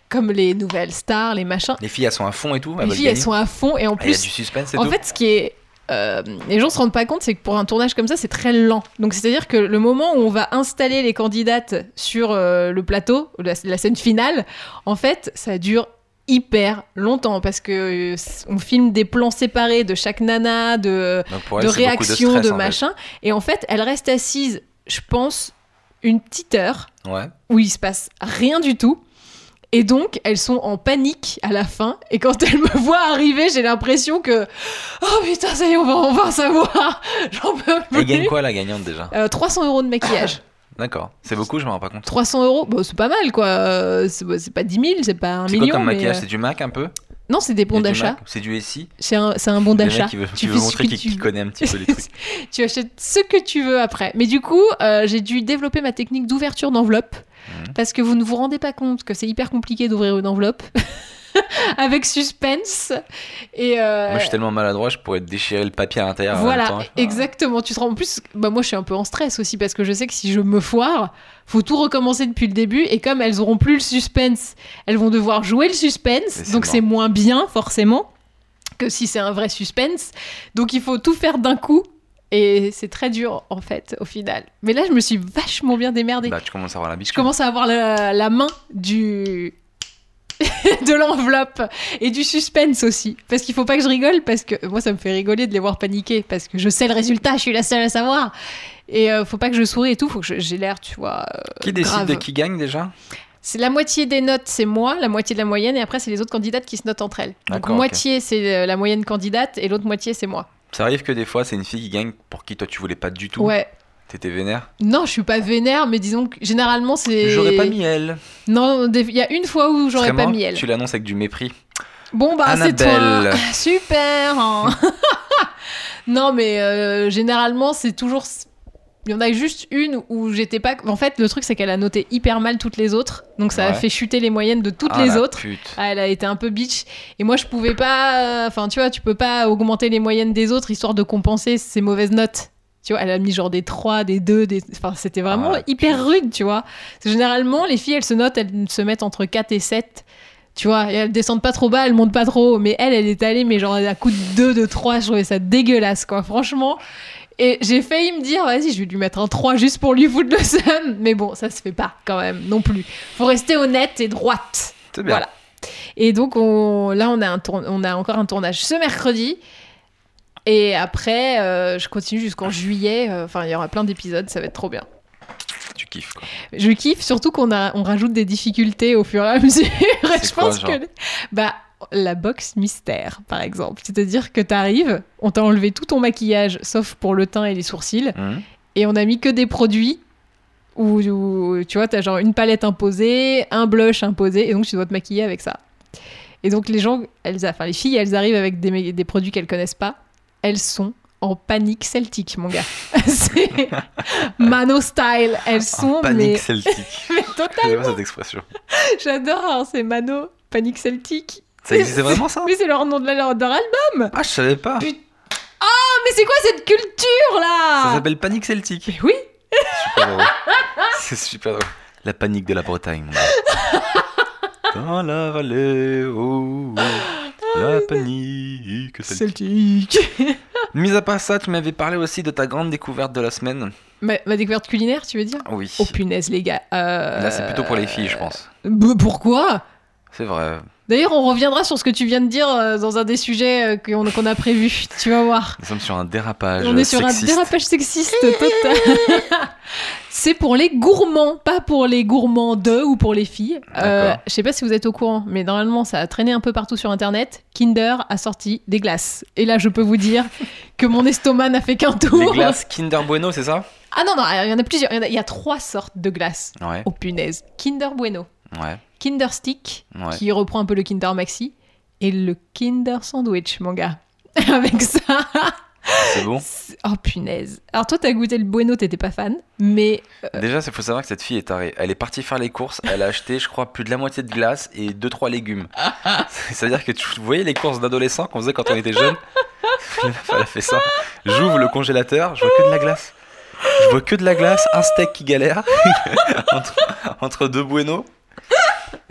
S1: comme les nouvelles stars, les machins.
S2: Les filles, elles sont à fond et tout.
S1: les filles, elles sont à fond et en
S2: Ah, Il y a
S1: plus,
S2: du suspense et
S1: en
S2: tout.
S1: fait, ce qui est. euh, les gens se rendent pas compte, c'est que pour un tournage comme ça, c'est très lent. Donc, c'est-à-dire que le moment où on va installer les candidates sur euh, le plateau, la, la scène finale, en fait, ça dure hyper longtemps parce que euh, c- on filme des plans séparés de chaque nana, de,
S2: Donc pour
S1: de
S2: elles, c'est beaucoup
S1: réactions, de,
S2: stress, en fait.
S1: machin. Et en fait, elle reste assise, je pense, une petite heure
S2: Ouais.
S1: où il se passe rien du tout. Et donc, elles sont en panique à la fin. Et quand elles me voient arriver, j'ai l'impression que oh putain, ça y est, on va, on va en savoir. J'en peux
S2: Elle gagne
S1: plus.
S2: quoi la gagnante déjà
S1: Euh, 300 euros de maquillage.
S2: D'accord. C'est beaucoup, je me rends pas compte.
S1: 300 euros, bon, c'est pas mal quoi. Euh, C'est c'est pas 10 000, c'est pas un
S2: C'est
S1: million.
S2: quoi comme
S1: mais,
S2: maquillage
S1: euh,
S2: C'est du MAC un peu
S1: Non, c'est des
S2: Il y
S1: bons
S2: a du
S1: d'achat.
S2: MAC C'est du SI
S1: C'est un, c'est un bon
S2: Le mec
S1: d'achat.
S2: qui veut, qui
S1: Tu
S2: veut
S1: fais ce
S2: montrer
S1: que
S2: qu'il
S1: tu
S2: qu'il
S1: veux.
S2: connaît un petit peu les trucs.
S1: tu achètes ce que tu veux après. Mais du coup, euh, j'ai dû développer ma technique d'ouverture d'enveloppe
S2: Mhm.
S1: parce que vous ne vous rendez pas compte que c'est hyper compliqué d'ouvrir une enveloppe avec suspense et euh,
S2: Moi, je suis tellement maladroit, je pourrais te déchirer le papier à l'intérieur. en
S1: voilà,
S2: même temps. Je-
S1: exactement. Tu te rends en plus. Bah moi, je suis un peu en stress aussi parce que je sais que si je me foire, faut tout recommencer depuis le début. Et comme elles auront plus le suspense, elles vont devoir jouer le
S2: Et
S1: suspense.
S2: c'est
S1: Donc
S2: mort.
S1: c'est moins bien forcément que si c'est un vrai suspense. Donc il faut tout faire d'un coup. Et c'est très dur en fait au final. Mais là, je me suis vachement bien démerdée.
S2: Bah, tu commences à avoir l'habitude.
S1: je commence à avoir la, la main du de l'enveloppe et du suspense aussi. Parce qu'il faut pas que je rigole, parce que moi ça me fait rigoler de les voir paniquer, parce que je sais le résultat, je suis la seule à savoir. Et euh, faut pas que je souris et tout, faut que je- j'ai l'air, tu vois. euh,
S2: Qui décide
S1: grave.
S2: de qui gagne déjà
S1: C'est la moitié des notes, c'est moi, la moitié de la moyenne, et après c'est les autres candidates qui se notent entre elles. Donc
S2: D'accord, ok.
S1: moitié c'est euh, la moyenne candidate et l'autre moitié c'est moi.
S2: Ça arrive que des fois, c'est une fille qui gagne pour qui toi tu voulais pas du tout.
S1: Ouais.
S2: T'étais vénère.
S1: Non, je suis pas vénère, mais disons que généralement c'est.
S2: J'aurais pas mis elle.
S1: Non, des- il y a une fois où j'aurais pas
S2: Vraiment,
S1: mis elle.
S2: Tu l'annonces avec du mépris.
S1: Bon bah c'est toi.
S2: Annabelle.
S1: Super. hein. non mais euh, généralement c'est toujours il y en a juste une où j'étais pas en fait le truc c'est qu'elle a noté hyper mal toutes les autres donc ça a
S2: Ouais.
S1: fait chuter les moyennes de toutes
S2: Ah,
S1: les
S2: la
S1: autres.
S2: pute.
S1: Ah, elle a été un peu bitch et moi je pouvais pas euh, enfin tu vois tu peux pas augmenter les moyennes des autres histoire de compenser ces mauvaises notes. Tu vois, elle a mis genre des 3, des 2, des... Enfin, c'était vraiment
S2: Ah, la
S1: hyper
S2: pute.
S1: rude, tu vois. Parce que Généralement, les filles, elles se notent, elles se mettent entre 4 et 7. Tu vois, et elles descendent pas trop bas, elles montent pas trop haut. Mais elle, elle est allée, mais genre à coup de 2, de 3, je trouvais ça dégueulasse, quoi, franchement. Et j'ai failli me dire, vas-y, je vais lui mettre un 3 juste pour lui foutre le seum. Mais bon, ça se fait pas, quand même, non plus. Faut rester honnête et droite.
S2: C'est bien.
S1: Voilà. Et donc, on, là, on a, un tour- on a encore un tournage ce mercredi. Et Euh, après, euh, je continue jusqu'en juillet. Enfin, il y aura plein d'épisodes, ça va être trop bien.
S2: Tu kiffes. Quoi.
S1: Je kiffe, surtout qu'on a, on rajoute des difficultés au fur et à mesure. Et je
S2: quoi,
S1: pense
S2: genre
S1: que. Bah, la box mystère, par exemple. C'est-à-dire que t'arrives, on t'a enlevé tout ton maquillage, sauf pour le teint et les sourcils,
S2: Hmm.
S1: et on a mis que des produits où, où, tu vois, t'as genre une palette imposée, un blush imposé, et donc tu dois te maquiller avec ça. Et donc les gens, elles, enfin les filles, elles arrivent avec des, ma- des produits qu'elles connaissent pas, elles sont en panique celtique, mon gars. C'est Mano style, elles sont
S2: En panique
S1: mais,
S2: celtique.
S1: mais
S2: Je
S1: total.
S2: sais pas cette expression.
S1: J'adore, hein, c'est Mano panique celtique.
S2: Ça existait vraiment ça
S1: Mais c'est leur nom de la leur, leur album.
S2: Ah, je savais pas.
S1: Putain. Ah, mais c'est quoi cette culture
S2: Ça
S1: là
S2: s'appelle panique celtique.
S1: Oui,
S2: Super drôle. C'est super drôle. La panique de la Bretagne. mon gars. Dans la vallée, oh, oh, la panique celtique.
S1: celtique.
S2: Mis à part ça, tu m'avais parlé aussi de ta grande découverte de la semaine.
S1: Ma, ma découverte culinaire, tu veux dire
S2: Oui.
S1: Oh punaise, les gars. euh,
S2: Là, c'est plutôt pour les filles, je pense.
S1: Bah, pourquoi
S2: C'est vrai.
S1: D'ailleurs, on reviendra sur ce que tu viens de dire euh, dans un des sujets euh, qu'on qu'on a prévu. Tu vas voir.
S2: Nous sommes sur un dérapage.
S1: on est sur
S2: Ah, sexiste.
S1: un dérapage sexiste total. c'est pour les gourmands, pas pour les gourmands de ou pour les filles. Euh,
S2: D'accord.
S1: je sais pas si vous êtes au courant, mais normalement ça a traîné un peu partout sur internet. Kinder a sorti des glaces. Et là, je peux vous dire que mon estomac n'a fait qu'un
S2: Les
S1: tour.
S2: glaces Kinder Bueno, c'est ça
S1: Ah non, non, il y en a plusieurs. Il y, en a, il y a trois sortes de glaces.
S2: Ouais,
S1: Oh punaise. Kinder Bueno,
S2: ouais,
S1: Kinder Stick,
S2: ouais.
S1: qui reprend un peu le Kinder Maxi, et le Kinder Sandwich, mon gars. Avec ça.
S2: C'est bon.
S1: C'est- Oh punaise. Alors toi, t'as goûté le Bueno, t'étais pas fan, mais
S2: Déjà, il faut savoir que cette fille est tarée. Elle est partie faire les courses, elle a acheté, je crois, plus de la moitié de glace et 2-3 légumes. C'est-à-dire que tu vous voyez les courses d'adolescents qu'on faisait quand on était jeune La meuf, Elle a fait ça. J'ouvre le congélateur, je vois que de la glace. Je vois que de la glace, un steak qui galère entre, entre deux bueno.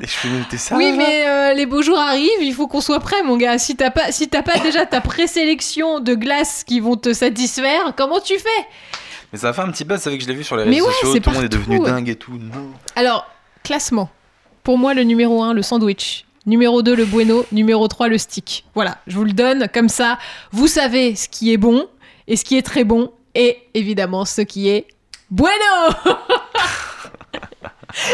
S2: Et je fais, mais t'es sérieux
S1: oui, mais euh, les beaux jours arrivent, il faut qu'on soit prêt, mon gars. Si t'as pas, si t'as pas déjà ta présélection de glaces qui vont te satisfaire, comment tu fais
S2: Mais ça a fait un petit buzz, c'est vrai que je l'ai vu sur les
S1: Mais
S2: réseaux
S1: ouais,
S2: sociaux,
S1: c'est
S2: tout le monde est devenu
S1: partout, ouais.
S2: dingue et tout. Non.
S1: Alors, classement. Pour moi, le numéro 1, le sandwich. Numéro 2, le bueno. Numéro 3, le stick. Voilà, je vous le donne comme ça. Vous savez ce qui est bon et ce qui est très bon. Et évidemment, ce qui est bueno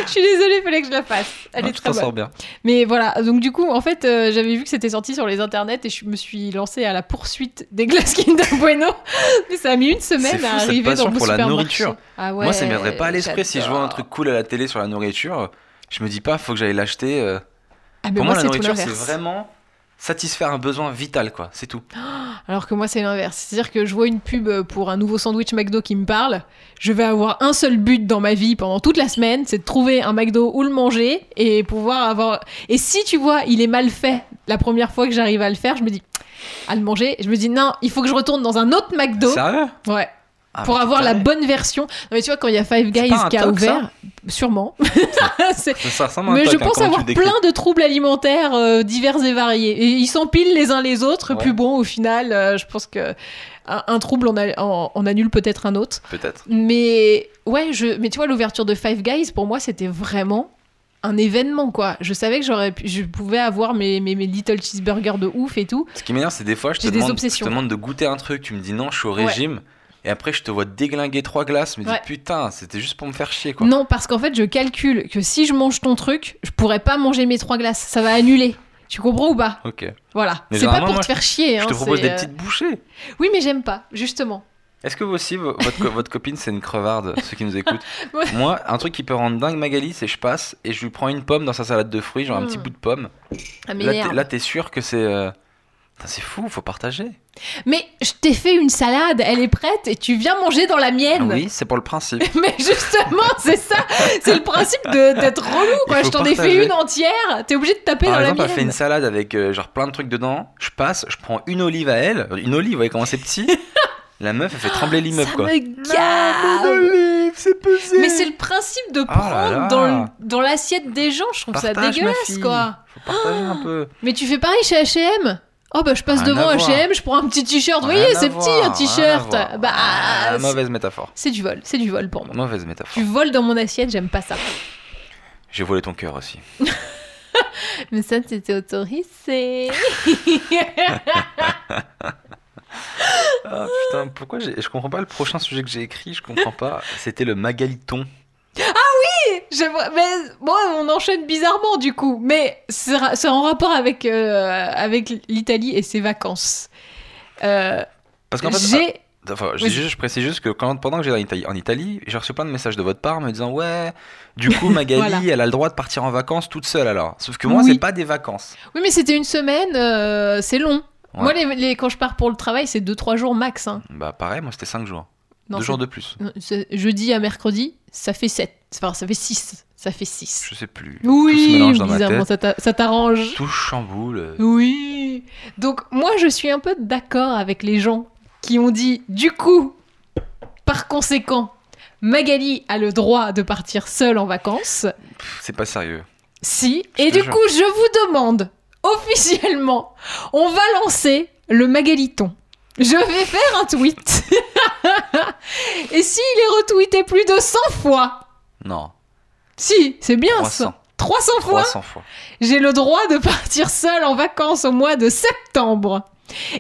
S1: Je suis désolée, fallait que je la fasse. Elle
S2: Non,
S1: est
S2: tu
S1: très
S2: t'en
S1: bonne.
S2: sors bien.
S1: Mais voilà, donc du coup, en fait, euh, j'avais vu que c'était sorti sur les internets et je me suis lancée à la poursuite des glaces Kinder Bueno. Mais ça a mis une
S2: C'est
S1: semaine
S2: fou,
S1: à
S2: cette
S1: arriver
S2: passion
S1: dans le
S2: pour la
S1: supermarché.
S2: nourriture.
S1: Ah
S2: Moi,
S1: ouais,
S2: ça ne viendrait pas à l'esprit si je vois un
S1: j'adore.
S2: truc cool à la télé sur la nourriture. Je me dis pas, faut que j'aille l'acheter. euh.
S1: Ah, mais
S2: Pour moi, la
S1: c'est tout
S2: nourriture, c'est
S1: l'inverse. Ah,
S2: vraiment satisfaire un besoin vital, quoi. C'est tout.
S1: Alors que moi, c'est l'inverse. C'est-à-dire que je vois une pub euh, pour un nouveau sandwich McDo qui me parle. Je vais avoir un seul but dans ma vie pendant toute la semaine, c'est de trouver un McDo où le manger et pouvoir avoir. Et si tu vois, il est mal fait la première fois que j'arrive à le faire, je me dis à le manger. Je me dis non, il faut que je retourne dans un autre McDo.
S2: Sérieux
S1: Ouais.
S2: Ah,
S1: pour
S2: mais
S1: avoir
S2: putain,
S1: la bonne version. Non, mais tu vois, quand il y a Five Guys
S2: pas un hein.
S1: qui a
S2: toc, ça
S1: ouvert, sûrement. C'est-
S2: Ça ressemble à un
S1: mais je
S2: toc, hein,
S1: pense
S2: comment tu
S1: avoir
S2: le décris.
S1: plein de troubles alimentaires euh, divers et variés. Et ils s'empilent les uns les autres.
S2: Ouais.
S1: Puis bon, au final, euh, je pense que un, un trouble, on, a- on- on annule peut-être un autre.
S2: Peut-être.
S1: Mais ouais, je, mais tu vois, l'ouverture de Five Guys, pour moi, c'était vraiment un événement, quoi. Je savais que j'aurais, pu- je pouvais avoir mes, mes, mes little cheeseburgers de ouf et tout.
S2: Ce qui m'énerve, c'est des fois, je te,
S1: J'ai des
S2: demande, je te
S1: obsessions.
S2: demande de goûter un truc, tu me dis non, je suis au
S1: Ouais.
S2: régime. Et après, je te vois déglinguer trois glaces, je me dis
S1: Ouais.
S2: putain, c'était juste pour me faire chier, quoi.
S1: Non, parce qu'en fait, je calcule que si je mange ton truc, je pourrais pas manger mes trois glaces. Ça va annuler. Tu comprends ou pas
S2: Ok.
S1: Voilà.
S2: Mais
S1: C'est pas
S2: généralement,
S1: pour
S2: moi,
S1: te faire chier.
S2: je
S1: hein,
S2: te propose
S1: c'est,
S2: des
S1: euh,
S2: petites bouchées.
S1: Oui, mais j'aime pas, justement.
S2: Est-ce que vous aussi, vo- votre, co- votre copine, c'est une crevarde, ceux qui nous écoutent
S1: Ouais.
S2: Moi, un truc qui peut rendre dingue Magali, c'est je passe et je lui prends une pomme dans sa salade de fruits, genre un petit
S1: Mm.
S2: bout de pomme.
S1: Ah,
S2: Là, t'es-
S1: merde.
S2: là, t'es sûr que c'est. euh, Putain, C'est fou, faut partager.
S1: Mais je t'ai fait une salade, elle est prête et tu viens manger dans la mienne.
S2: Ah Oui, c'est pour le principe.
S1: Mais justement, c'est ça, c'est le principe de- d'être relou, quoi.
S2: faut
S1: Je t'en ai
S2: partager.
S1: fait une entière, t'es obligé de taper
S2: Par
S1: dans
S2: exemple,
S1: la
S2: elle fait
S1: mienne.
S2: une salade avec euh, genre plein de trucs dedans. Je passe, je prends une olive à elle. Une olive, vous voyez comment c'est petit La meuf, elle fait trembler l'immeuble
S1: ça
S2: quoi.
S1: me gave.
S2: c'est pesé
S1: Mais c'est le principe de
S2: Ah là
S1: prendre
S2: là.
S1: dans le- dans l'assiette des gens, je trouve ça
S2: Partage, ma
S1: dégueulasse,
S2: fille.
S1: quoi.
S2: Faut partager un peu.
S1: Mais tu fais pareil chez H&M Oh bah je passe
S2: Rien
S1: devant
S2: à voir.
S1: H&M, je prends un petit t-shirt. Vous
S2: Rien
S1: voyez,
S2: à
S1: c'est
S2: voir,
S1: petit
S2: rien
S1: un
S2: à
S1: t-shirt.
S2: voir.
S1: Bah
S2: Ah,
S1: c'est-
S2: mauvaise métaphore.
S1: c'est du vol, c'est du vol pour moi.
S2: Mauvaise métaphore.
S1: Tu voles dans mon assiette, j'aime pas ça.
S2: J'ai volé ton cœur aussi.
S1: Mais ça, c'était autorisé.
S2: Ah putain, pourquoi j'ai- je comprends pas le prochain sujet que j'ai écrit, je comprends pas. C'était le magaliton.
S1: Je vois- mais bon, on enchaîne bizarrement du coup, mais c'est ra- c'est en rapport avec, euh, avec l'Italie et ses vacances. Euh,
S2: Parce qu'en fait, ah.
S1: j'ai.
S2: Enfin, je,
S1: Vas-y.
S2: dis juste- je précise juste que quand, pendant que j'étais en Italie, en Italie, j'ai reçu plein de messages de votre part me disant Ouais, du coup, Magali,
S1: Voilà.
S2: elle a le droit de partir en vacances toute seule alors. Sauf que moi,
S1: Oui.
S2: c'est pas des vacances.
S1: Oui, mais c'était une semaine, euh, c'est long.
S2: Ouais.
S1: Moi, les, les- quand je pars pour le travail, c'est 2-3 jours max. hein.
S2: Bah, pareil, moi, c'était 5 jours.
S1: Non,
S2: 2
S1: c'est-
S2: jours de plus.
S1: non, c'est- Jeudi à mercredi, ça fait 7. Enfin, ça fait 6. Ça fait 6.
S2: Je sais plus. tout se
S1: Oui,
S2: mélange dans ma
S1: bizarrement,
S2: tête.
S1: ça t'a- ça t'arrange.
S2: Tout chamboule. euh,
S1: Oui. Donc moi, je suis un peu d'accord avec les gens qui ont dit, du coup, par conséquent, Magali a le droit de partir seule en vacances.
S2: Pff, C'est pas sérieux.
S1: Si.
S2: Je
S1: Et
S2: te
S1: du
S2: jure.
S1: coup, je vous demande, officiellement, on va lancer le Magaliton. Je vais faire un tweet. Et s'il est retweeté plus de 100 fois,
S2: Non.
S1: si, c'est bien
S2: 300.
S1: ça. 300 fois
S2: 300 fois.
S1: j'ai le droit de partir seule en vacances au mois de septembre.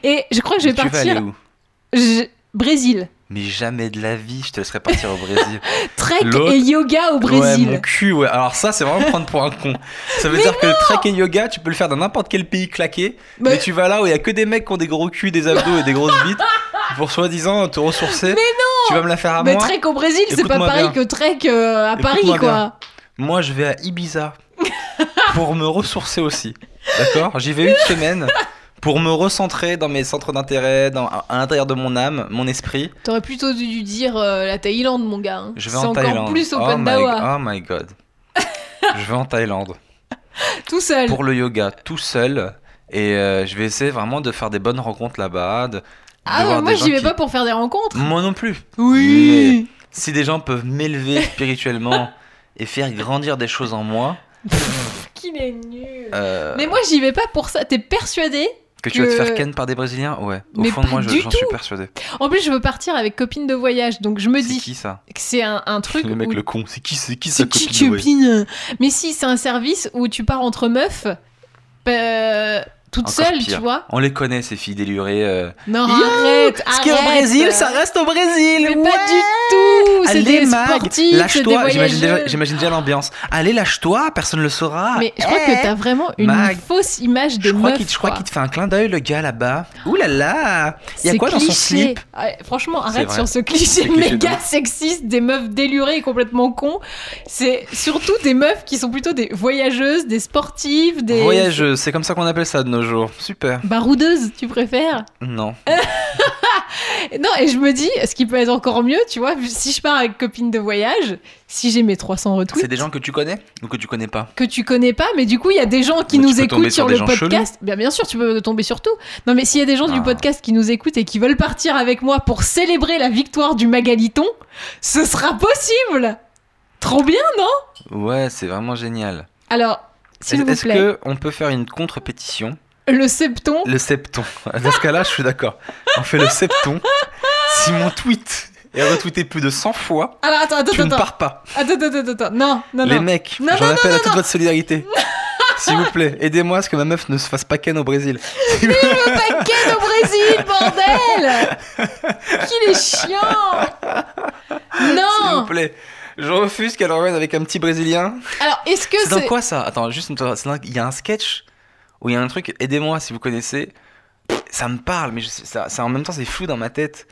S1: Et je crois que je vais
S2: Mais tu vas aller
S1: partir
S2: où
S1: je- Brésil.
S2: Mais jamais de la vie, je te laisserai partir au Brésil.
S1: Trek
S2: L'autre-
S1: et yoga au Brésil.
S2: Ouais, mon cul, ouais. Alors, ça, c'est vraiment prendre pour un con. Ça veut
S1: Mais
S2: dire que le trek et yoga, tu peux le faire dans n'importe quel pays claqué.
S1: Mais-
S2: Mais, tu vas là où il y a que des mecs qui ont des gros culs, des abdos et des grosses bites pour soi-disant te ressourcer. Mais non Tu vas me la faire à
S1: Mais
S2: Ah, moi
S1: trek au Brésil, c'est pas
S2: Écoute-moi
S1: pareil
S2: bien.
S1: que trek euh, à Paris,
S2: Écoute-moi
S1: quoi.
S2: bien. Moi, je vais à Ibiza pour me ressourcer aussi. D'accord J'y vais une semaine pour me recentrer dans mes centres d'intérêt, dans, à à l'intérieur de mon âme, mon esprit.
S1: T'aurais plutôt dû dire euh, la Thaïlande, mon gars. hein.
S2: Je
S1: C'est
S2: vais en
S1: encore
S2: Thaïlande.
S1: plus
S2: oh,
S1: open
S2: my,
S1: dawa.
S2: oh my god. je vais en Thaïlande.
S1: Tout seul.
S2: pour le yoga tout seul et euh, je vais essayer vraiment de faire des bonnes rencontres là-bas. de- de
S1: Ah,
S2: voir
S1: ouais, moi,
S2: des Mm. gens
S1: j'y vais
S2: qui-
S1: pas pour faire des rencontres.
S2: Moi non plus.
S1: Oui.
S2: Si des gens peuvent m'élever spirituellement et faire grandir des choses en moi,
S1: Qu'il est nul.
S2: euh,
S1: Mais moi, j'y vais pas pour ça. T'es persuadé
S2: que tu vas te
S1: que-
S2: faire ken par des Brésiliens, ouais. Au
S1: Mais
S2: fond de
S1: pas
S2: moi, je-
S1: du
S2: j'en suis
S1: tout.
S2: persuadé.
S1: En plus, je veux partir avec copine de voyage, donc je me
S2: C'est
S1: dis
S2: qui ça
S1: que c'est un, un truc.
S2: Le mec,
S1: où-
S2: le con. C'est qui, c'est qui sa
S1: C'est qui
S2: copine ouais
S1: copine euh, Mais si, c'est un service où tu pars entre meufs, euh, toute
S2: Encore
S1: seule,
S2: pire.
S1: tu vois.
S2: On les connaît ces filles délurées. euh.
S1: Non,
S2: Yo,
S1: arrête,
S2: Ce qui est au
S1: arrête.
S2: Brésil, ça reste au Brésil.
S1: Mais
S2: ouais.
S1: pas du tout. C'est
S2: Allez,
S1: des
S2: Mag,
S1: sportifs, c'est des
S2: lâche-toi. J'imagine déjà,
S1: voyageuses.
S2: j'imagine déjà l'ambiance. Allez, lâche-toi, personne ne le saura.
S1: Mais je crois
S2: Eh.
S1: que t'as vraiment une
S2: Mag.
S1: fausse image de
S2: Je crois,
S1: meuf.
S2: qu'il, je crois
S1: quoi.
S2: qu'il te fait un clin d'œil, le gars là-bas. Ouh là là Il y a
S1: C'est
S2: quoi dans son
S1: cliché.
S2: slip
S1: Ouais, Franchement,
S2: C'est
S1: arrête
S2: vrai.
S1: sur ce cliché
S2: C'est cliché de
S1: méga sexiste des meufs délurées et complètement cons. C'est surtout des meufs qui sont plutôt des voyageuses, des sportives, des
S2: Voyageuse, c'est comme ça qu'on appelle ça de nos jours. Super.
S1: baroudeuses, tu préfères
S2: Non.
S1: Ah Et Non, et je me dis, ce qui peut être encore mieux, tu vois, vu- si je pars avec copine de voyage, si j'ai mes 300 retweets,
S2: C'est des gens que tu connais ou que tu connais pas
S1: que tu connais pas, mais du coup, il y a des gens qui
S2: Mais tu
S1: nous
S2: peux tomber
S1: écoutent
S2: sur
S1: sur
S2: des
S1: le
S2: gens
S1: podcast. Bien, bien sûr, tu peux tomber sur tout. Non, mais s'il y a des gens
S2: Ah.
S1: du podcast qui nous écoutent et qui veulent partir avec moi pour célébrer la victoire du Magaliton, ce sera possible Trop bien, non
S2: Ouais, c'est vraiment génial.
S1: Alors, s'il
S2: Est-
S1: vous
S2: Est-ce
S1: plaît,
S2: que on peut faire une contre-pétition
S1: le septon,
S2: Le septon. Dans ce cas-là, je suis d'accord. On fait le septon. Si mon tweet est retweeté plus de 100 fois,
S1: Alors, attends, attends,
S2: tu ne
S1: attends,
S2: pars pas.
S1: attends, attends, attends, attends, non, non,
S2: Les
S1: non.
S2: mecs,
S1: Non,
S2: j'en appelle à toute votre solidarité. S'il vous plaît, aidez-moi à ce que ma meuf ne se fasse pas ken au Brésil.
S1: paquet au Brésil, bordel Qu'il est chiant
S2: S'il vous
S1: Non
S2: plaît. Je refuse qu'elle revienne avec un petit Brésilien.
S1: Alors, est-ce que
S2: C'est dans
S1: c'est...
S2: quoi ça Attends, juste une c'est dans- Il y a un sketch où il y a un truc, aidez-moi si vous connaissez. Ça me parle, mais je sais- ça, ça, en même temps, c'est flou dans ma tête.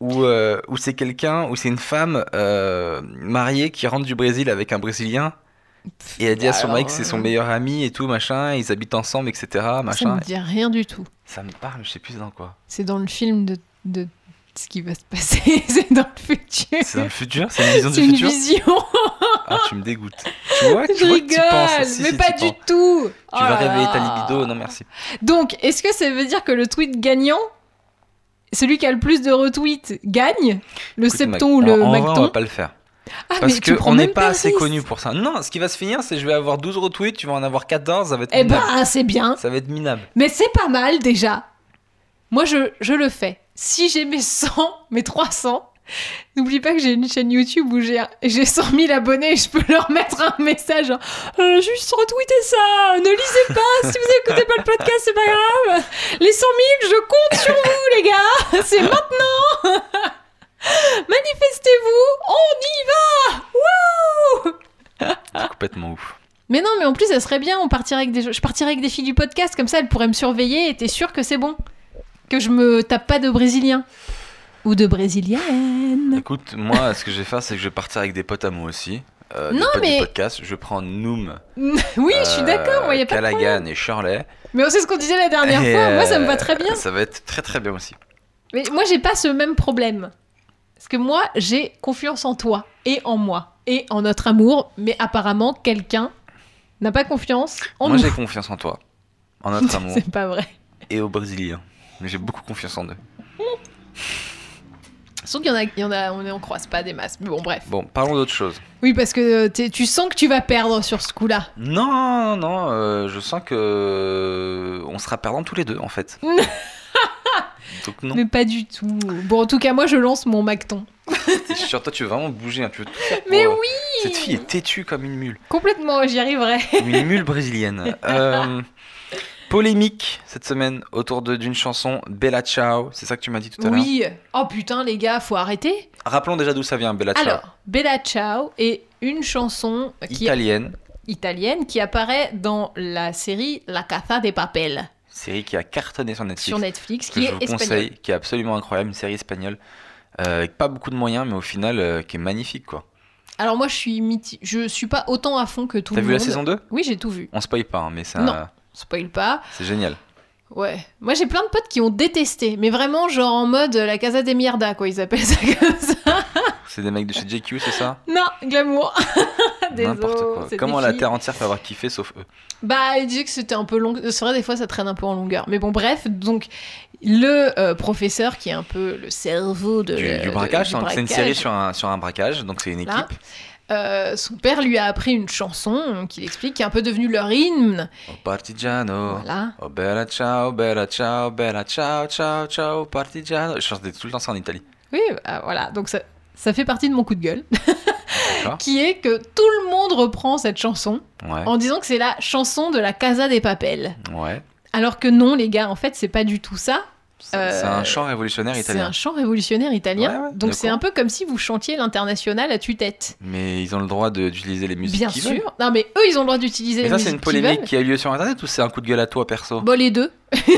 S2: Où, euh, où c'est quelqu'un, où c'est une femme euh, mariée qui rentre du Brésil avec un Brésilien. Et elle dit à son
S1: Alors,
S2: mari que c'est son
S1: euh,
S2: meilleur ami et tout, machin. Ils habitent ensemble, etc.
S1: Ça
S2: Machin.
S1: me dit rien du tout.
S2: Ça me parle, mais je sais plus dans quoi.
S1: C'est dans le film de, de ce qui va se passer. c'est dans le futur.
S2: C'est dans le futur C'est une vision
S1: C'est
S2: du
S1: une
S2: futur
S1: vision.
S2: Ah, tu me dégoûtes. Tu vois, tu
S1: Je
S2: vois que tu penses.
S1: rigole,
S2: Si,
S1: mais
S2: si,
S1: pas
S2: tu
S1: du Oh
S2: penses.
S1: tout.
S2: Tu vas réveiller ta libido, non merci.
S1: Donc, est-ce que ça veut dire que le tweet gagnant, celui qui a le plus de retweets gagne le
S2: Écoute,
S1: septon
S2: Mac-
S1: ou le
S2: en- en vrai, on va
S1: macton
S2: pas le faire.
S1: Ah,
S2: Parce
S1: mais tu
S2: que
S1: prends
S2: on n'est
S1: même
S2: pas
S1: le
S2: assez
S1: risque.
S2: connu pour ça. Non, ce qui va se finir, c'est que je vais avoir 12 retweets, tu vas en avoir 14, ça va être
S1: Eh
S2: minable.
S1: ben, c'est bien.
S2: Ça va être minable.
S1: Mais c'est pas mal déjà. Moi, je, je le fais. Si j'ai mes 100, mes 300, n'oublie pas que j'ai une chaîne YouTube où j'ai j'ai 100 000 abonnés et je peux leur mettre un message. genre, Euh, juste retweeter ça, ne lisez pas, si vous écoutez pas le podcast, c'est pas grave. Les 100 000, je compte sur vous, les gars, c'est maintenant. Manifestez-vous, on y va. Wouh
S2: complètement ouf.
S1: Mais non, mais en plus, ça serait bien. On partirait avec des... Je partirais avec des filles du podcast, comme ça, elles pourraient me surveiller et t'es sûr que c'est bon. Que je me tape pas de Brésilien. Ou de Brésilienne.
S2: Écoute, moi, ce que je vais faire, c'est que je vais partir avec des potes à moi aussi. euh, des
S1: Non,
S2: potes
S1: mais-
S2: du podcast. Je prends Noom,
S1: oui, je
S2: Euh,
S1: suis d'accord, moi, y a pas de problème.
S2: Callaghan et Shirley.
S1: Mais on sait ce qu'on disait la dernière
S2: Et,
S1: fois. Moi, ça me
S2: euh,
S1: va très bien.
S2: Ça va être très très bien aussi.
S1: Mais moi, j'ai pas ce même problème. Parce que moi, j'ai confiance en toi et en moi et en notre amour, mais apparemment, quelqu'un n'a pas confiance en
S2: moi,
S1: nous.
S2: j'ai confiance en toi, en notre amour
S1: C'est pas vrai.
S2: et aux Brésiliens. J'ai beaucoup confiance en eux.
S1: Sauf qu'il y en a, il y en a on n'en croise pas des masses. Mais bon, bref.
S2: Bon, parlons d'autre chose.
S1: Oui, parce que euh, t'es- tu sens que tu vas perdre sur ce coup-là.
S2: Non, non, non, euh, je sens que euh, on sera perdants tous les deux en fait. Donc non,
S1: Mais pas du tout. Bon, en tout cas, moi, je lance mon macton.
S2: c'est sûr, toi tu veux vraiment bouger, hein, tu veux tout faire pour-
S1: Mais
S2: Cette fille
S1: oui
S2: est têtue comme une mule,
S1: Complètement, j'y arriverai.
S2: comme une mule brésilienne. Euh, polémique cette semaine autour de- d'une chanson Bella Ciao, c'est ça que tu m'as dit tout à l'heure.
S1: Oui. Oh putain, les gars, faut arrêter.
S2: Rappelons déjà d'où ça vient Bella Ciao.
S1: Alors, Bella Ciao est une chanson qui est
S2: Italienne,
S1: italienne qui apparaît dans la série La Casa de Papel
S2: série qui a cartonné sur Netflix.
S1: sur Netflix,
S2: que
S1: qui
S2: je
S1: est
S2: vous
S1: espagnole.
S2: conseille, qui est absolument incroyable, une série espagnole euh, avec pas beaucoup de moyens, mais au final euh, qui est magnifique quoi.
S1: Alors moi, je suis miti- je suis pas autant à fond que tout
S2: T'as
S1: le
S2: vu
S1: monde.
S2: la saison 2
S1: Oui, j'ai tout vu.
S2: On spoil pas, hein, mais c'est
S1: Non.
S2: un-
S1: Spoil pas.
S2: c'est génial.
S1: Ouais. Moi, j'ai plein de potes qui ont détesté, mais vraiment genre en mode euh, la Casa de Mierda, quoi. Ils appellent ça comme ça.
S2: C'est des mecs de chez JQ, c'est ça
S1: Non, glamour. Désolé,
S2: N'importe quoi.
S1: c'est
S2: Comment
S1: des
S2: la
S1: filles.
S2: terre entière peut avoir kiffé sauf eux
S1: Bah, il disait que c'était un peu long. C'est vrai, des fois, ça traîne un peu en longueur. Mais bon, bref, donc, le euh, professeur, qui est un peu le cerveau de.
S2: Du,
S1: la-
S2: du
S1: de-
S2: braquage,
S1: du
S2: donc c'est une
S1: braquage,
S2: série sur un, sur un braquage, donc c'est une équipe.
S1: Là. euh, son père lui a appris une chanson qu'il explique, qui est un peu devenue leur hymne.
S2: Oh partigiano,
S1: Voilà.
S2: oh bella ciao, bella ciao, bella ciao, ciao, ciao, partigiano. Je chantais tout le temps ça en Italie.
S1: Oui, bah, voilà. Donc, ça, ça fait partie de mon coup de gueule.
S2: D'accord
S1: qui est que tout le monde reprend cette chanson
S2: Ouais,
S1: en disant que c'est la chanson de la Casa des Papels.
S2: ouais.
S1: Alors que non, les gars, en fait, c'est pas du tout ça.
S2: C'est
S1: Euh,
S2: c'est un chant révolutionnaire
S1: C'est
S2: italien.
S1: un chant révolutionnaire italien.
S2: Ouais, ouais,
S1: donc, c'est
S2: d'accord.
S1: un peu comme si vous chantiez l'international à tue-tête.
S2: Mais ils ont le droit de- d'utiliser les musiques
S1: Bien
S2: qu'ils
S1: sûr.
S2: veulent.
S1: Non, mais eux, ils ont le droit d'utiliser
S2: Mais
S1: les
S2: ça, c'est une
S1: musiques qu'ils
S2: polémique
S1: veulent.
S2: qui a eu lieu sur Internet ou c'est un coup de gueule à toi perso
S1: Bon, les deux.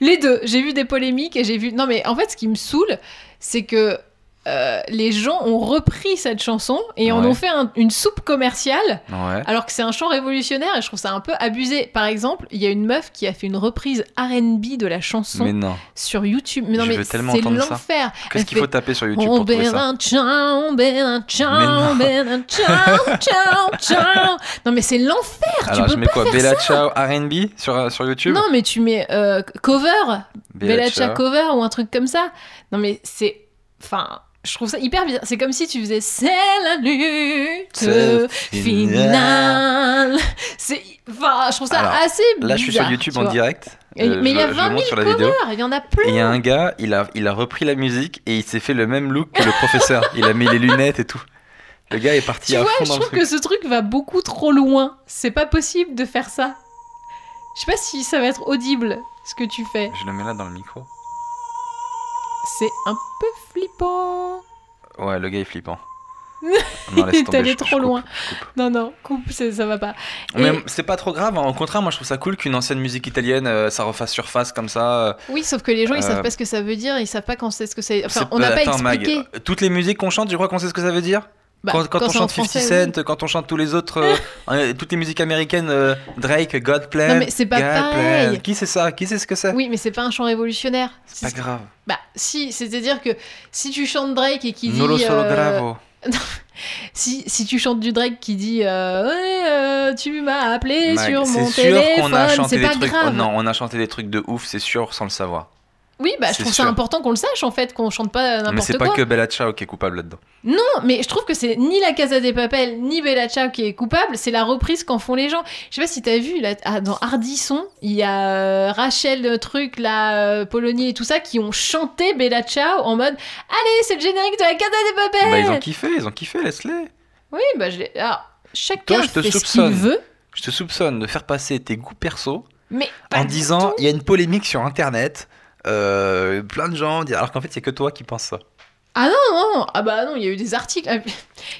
S1: les deux. J'ai vu des polémiques et j'ai vu. Non, mais en fait, ce qui me saoule, c'est que euh, les gens ont repris cette chanson et en
S2: Ouais.
S1: ont fait un- une soupe commerciale,
S2: Ouais.
S1: alors que c'est un chant révolutionnaire et je trouve ça un peu abusé. Par exemple, il y a une meuf qui a fait une reprise RB de la chanson
S2: Mais non.
S1: sur YouTube. Mais non,
S2: Je
S1: mais
S2: veux tellement
S1: c'est
S2: entendre ça.
S1: l'enfer.
S2: Qu'est-ce
S1: Elle
S2: qu'il faut
S1: fait-
S2: taper sur YouTube
S1: On
S2: pour trouver ça
S1: verra, ciao, verra, ciao,
S2: non.
S1: verra, ciao, ciao, ciao. Non, mais c'est l'enfer, tu
S2: Alors,
S1: peux
S2: je mets quoi Bella Ciao RB sur, euh, sur YouTube
S1: Non, mais tu mets euh, cover, Bella Ciao cover ou un truc comme ça. Non, mais c'est. Enfin, je trouve ça hyper bizarre. C'est comme si tu faisais C'est la lutte finale. C'est. Enfin, je trouve ça
S2: Alors,
S1: assez bizarre.
S2: Là, je suis sur YouTube
S1: tu
S2: en
S1: vois.
S2: direct.
S1: Et-
S2: Euh,
S1: mais il y
S2: je-
S1: a
S2: je le
S1: 20 000
S2: montre sur la vidéo.
S1: covers, il y en a plein.
S2: Et il y a un gars, il a, il a repris la musique et il s'est fait le même look que le professeur. Il a mis les lunettes et tout. Le gars est parti
S1: Tu
S2: à
S1: vois,
S2: fond
S1: je
S2: dans le
S1: trouve
S2: truc.
S1: que ce truc va beaucoup trop loin. C'est pas possible de faire ça. Je sais pas si ça va être audible ce que tu fais.
S2: Je le mets là dans le micro.
S1: C'est un peu flippant.
S2: Ouais, le gars est flippant. Non, laisse
S1: Il est
S2: tomber,
S1: allé
S2: je- je
S1: trop
S2: coupe,
S1: loin.
S2: je coupe.
S1: Non, non, coupe, c'est- ça va pas.
S2: Mais
S1: Et-
S2: c'est pas trop grave, hein. au contraire, moi je trouve ça cool qu'une ancienne musique italienne euh, ça refasse surface comme ça. euh,
S1: Oui, sauf que les gens, ils
S2: Euh,
S1: savent pas ce que ça veut dire, ils savent pas quand c'est ce que c'est. Enfin,
S2: C'est-
S1: on n'a
S2: euh,
S1: pas
S2: attends, Mag,
S1: expliqué.
S2: Toutes les musiques qu'on chante, tu crois qu'on sait ce que ça veut dire
S1: Bah,
S2: quand, quand on
S1: c'est en
S2: chante 50
S1: français, oui.
S2: Cent, quand on chante tous les autres, euh, euh, toutes les musiques américaines, euh, Drake, God Plan.
S1: Non, mais c'est pas
S2: eh, God
S1: pareil.
S2: Plan. Qui c'est ça Qui c'est ce que c'est
S1: Oui, mais c'est pas un chant révolutionnaire.
S2: C'est pas
S1: C'est-
S2: grave.
S1: Bah, si, c'est-à-dire que si tu chantes Drake et qui dit.
S2: Nolo solo
S1: euh,
S2: gravo.
S1: si, si tu chantes du Drake qui dit euh, Ouais, euh, tu m'as appelé
S2: Mag,
S1: sur
S2: c'est
S1: mon
S2: sûr
S1: téléphone,
S2: qu'on a chanté
S1: c'est
S2: des
S1: pas
S2: trucs.
S1: grave.
S2: oh non, on a chanté des trucs de ouf, c'est sûr, sans le savoir.
S1: Oui, bah, je
S2: C'est
S1: trouve
S2: sûr.
S1: ça important qu'on le sache en fait, qu'on chante pas
S2: mais
S1: n'importe
S2: c'est
S1: quoi.
S2: pas que Bella Ciao qui est coupable là-dedans.
S1: Non, mais je trouve que c'est ni la Casa des Papels, ni Bella Ciao qui est coupable, c'est la reprise qu'en font les gens. Je sais pas si t'as vu, là, ah, dans Hardisson, il y a euh, Rachel, le truc, la euh, Polonier et tout ça, qui ont chanté Bella Ciao en mode Allez, c'est le générique de la Casa des Papels
S2: Bah, ils ont kiffé, ils ont kiffé, laisse-les.
S1: Oui, bah, je l'ai. Alors, chacun
S2: Toi, je te
S1: fait ce
S2: soupçonne.
S1: qu'il veut,
S2: Je te soupçonne de faire passer tes goûts perso
S1: mais. pas
S2: en
S1: du
S2: disant
S1: tout.
S2: il y a une polémique sur internet euh, plein de gens disent alors qu'en fait il y a que toi qui penses ça
S1: Ah non, non, non. ah bah non, il y a eu des articles.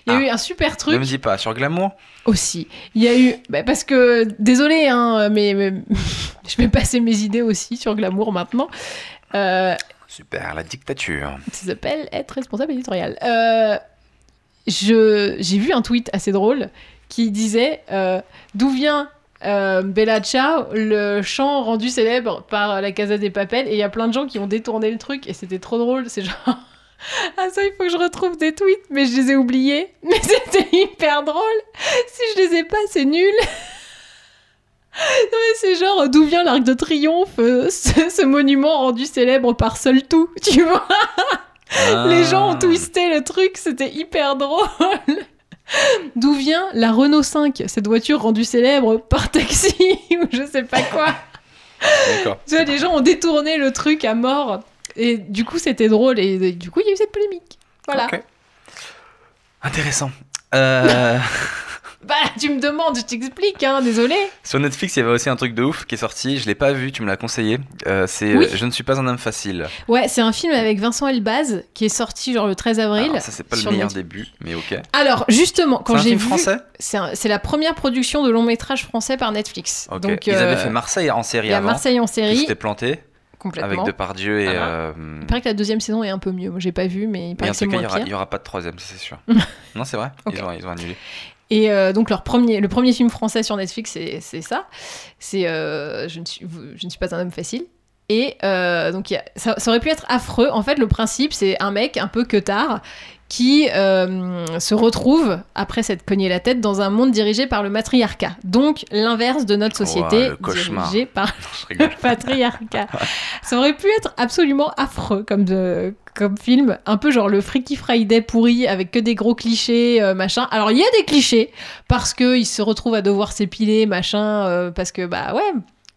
S1: Il y a
S2: Ah.
S1: eu un super
S2: Ne
S1: truc
S2: me dis pas, sur Glamour
S1: aussi. Il y a eu. bah, parce que, désolé, hein, mais, mais- je vais passer mes idées aussi sur Glamour maintenant. Euh,
S2: Super, la dictature.
S1: ça s'appelle être responsable éditorial. Euh, je- J'ai vu un tweet assez drôle qui disait euh, D'où vient. euh, Bella Ciao, le chant rendu célèbre par la Casa des Papels, et il y a plein de gens qui ont détourné le truc, et c'était trop drôle. C'est genre, ah ça, il faut que je retrouve des tweets, mais je les ai oubliés. Mais c'était hyper drôle. Si je les ai pas, c'est nul. Non, mais c'est genre, d'où vient l'arc de triomphe, euh, ce, ce monument rendu célèbre par seul tout, tu vois
S2: Ah.
S1: les gens ont twisté le truc, c'était hyper drôle. D'où vient la Renault 5, cette voiture rendue célèbre par taxi ou je sais pas quoi.
S2: D'accord.
S1: Tu vois, les gens ont détourné le truc à mort et du coup c'était drôle et du coup il y a eu cette polémique. Voilà.
S2: Ok. Intéressant. Euh,
S1: Bah tu me demandes, je t'explique, hein, désolé.
S2: sur Netflix, il y avait aussi un truc de ouf qui est sorti. Je l'ai pas vu, tu me l'as conseillé. Euh, c'est
S1: Oui.
S2: euh, Je ne suis pas un homme facile.
S1: Ouais, c'est un film avec Vincent Elbaz qui est sorti genre le 13 avril.
S2: Alors, ça, c'est pas le
S1: sur le
S2: meilleur
S1: net-
S2: début, mais ok.
S1: Alors justement,
S2: C'est
S1: quand
S2: un
S1: j'ai
S2: film
S1: vu,
S2: français
S1: c'est un- c'est la première production de long métrage français par Netflix.
S2: Ok.
S1: Donc
S2: Ils
S1: euh,
S2: avaient fait Marseille en
S1: il
S2: série
S1: y a
S2: avant.
S1: Marseille en
S2: qui
S1: série
S2: s'était planté
S1: complètement.
S2: avec Depardieu et.
S1: Ah ah.
S2: euh,
S1: Il paraît que la deuxième saison est un peu mieux. Moi, j'ai pas vu, mais il
S2: Mais
S1: paraît
S2: en
S1: que c'est
S2: tout cas, il y
S1: moins
S2: aura,
S1: pire.
S2: il y aura pas de troisième, ça, c'est sûr. non, c'est vrai
S1: Ok.
S2: ils, ont, ils ont annulé.
S1: Et euh, donc, leur premier, le premier film français sur Netflix, c'est c'est ça. C'est euh, je, ne suis- vous- je ne suis pas un homme facile. Et euh, donc, il y a- ça, ça aurait pu être affreux. En fait, le principe, c'est un mec un peu que tard qui euh, se retrouve, après s'être cogné la tête, dans un monde dirigé par le matriarcat. Donc, l'inverse de notre société,
S2: Ouah, Oh le cauchemar.
S1: dirigée par
S2: Je
S1: le
S2: rigole.
S1: patriarcat. Ça aurait pu être absolument affreux comme, euh, comme film, un peu genre le Freaky Friday pourri avec que des gros clichés, euh, machin. Alors il y a des clichés parce que il se retrouve à devoir s'épiler, machin, euh, parce que bah ouais.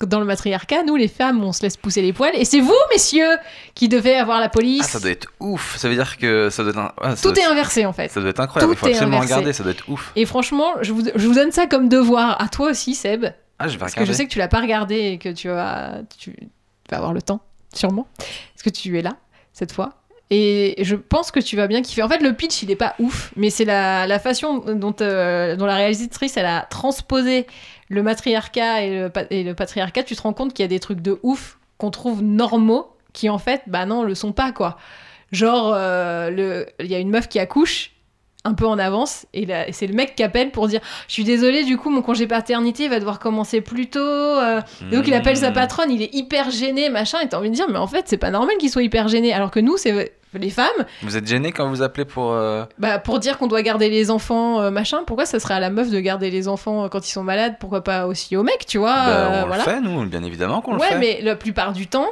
S1: Dans le matriarcat, nous les femmes, on se laisse pousser les poils, et c'est vous, messieurs, qui devez avoir la police.
S2: Ah, ça doit être ouf. Ça veut dire que ça doit être. un- ah, ça
S1: Tout
S2: doit-
S1: est inversé en fait.
S2: Ça doit être incroyable.
S1: Tout
S2: Il faut
S1: est
S2: absolument
S1: inversé.
S2: regarder. Ça doit être ouf.
S1: Et franchement, je vous, je vous donne ça comme devoir à toi aussi, Seb.
S2: Ah, je vais
S1: Parce que
S2: regarder.
S1: je sais que tu l'as pas regardé et que tu vas, tu vas avoir le temps, sûrement. Parce que tu es là, cette fois. Et je pense que tu vas bien kiffer. En fait, le pitch, il est pas ouf, mais c'est la, la façon dont, euh, dont la réalisatrice, elle a transposé le matriarcat et le, pa- et le patriarcat. Tu te rends compte qu'il y a des trucs de ouf qu'on trouve normaux, qui en fait, bah non, le sont pas, quoi. Genre, euh, le- il y a une meuf qui accouche un peu en avance, et, là- et c'est le mec qui appelle pour dire Je suis désolée, du coup, mon congé paternité il va devoir commencer plus tôt. euh. Et donc, il appelle sa
S2: Mmh.
S1: patronne, il est hyper gêné, machin, et t'as envie de dire Mais en fait, c'est pas normal qu'il soit hyper gêné, alors que nous, c'est. Les femmes,
S2: Vous êtes gêné quand vous appelez pour. euh,
S1: bah, pour dire qu'on doit garder les enfants, euh, machin, pourquoi ça serait à la meuf de garder les enfants euh, quand ils sont malades Pourquoi pas aussi au mec, tu vois
S2: bah,
S1: euh,
S2: on
S1: voilà.
S2: le fait, nous, bien évidemment qu'on
S1: ouais,
S2: le fait.
S1: mais la plupart du temps,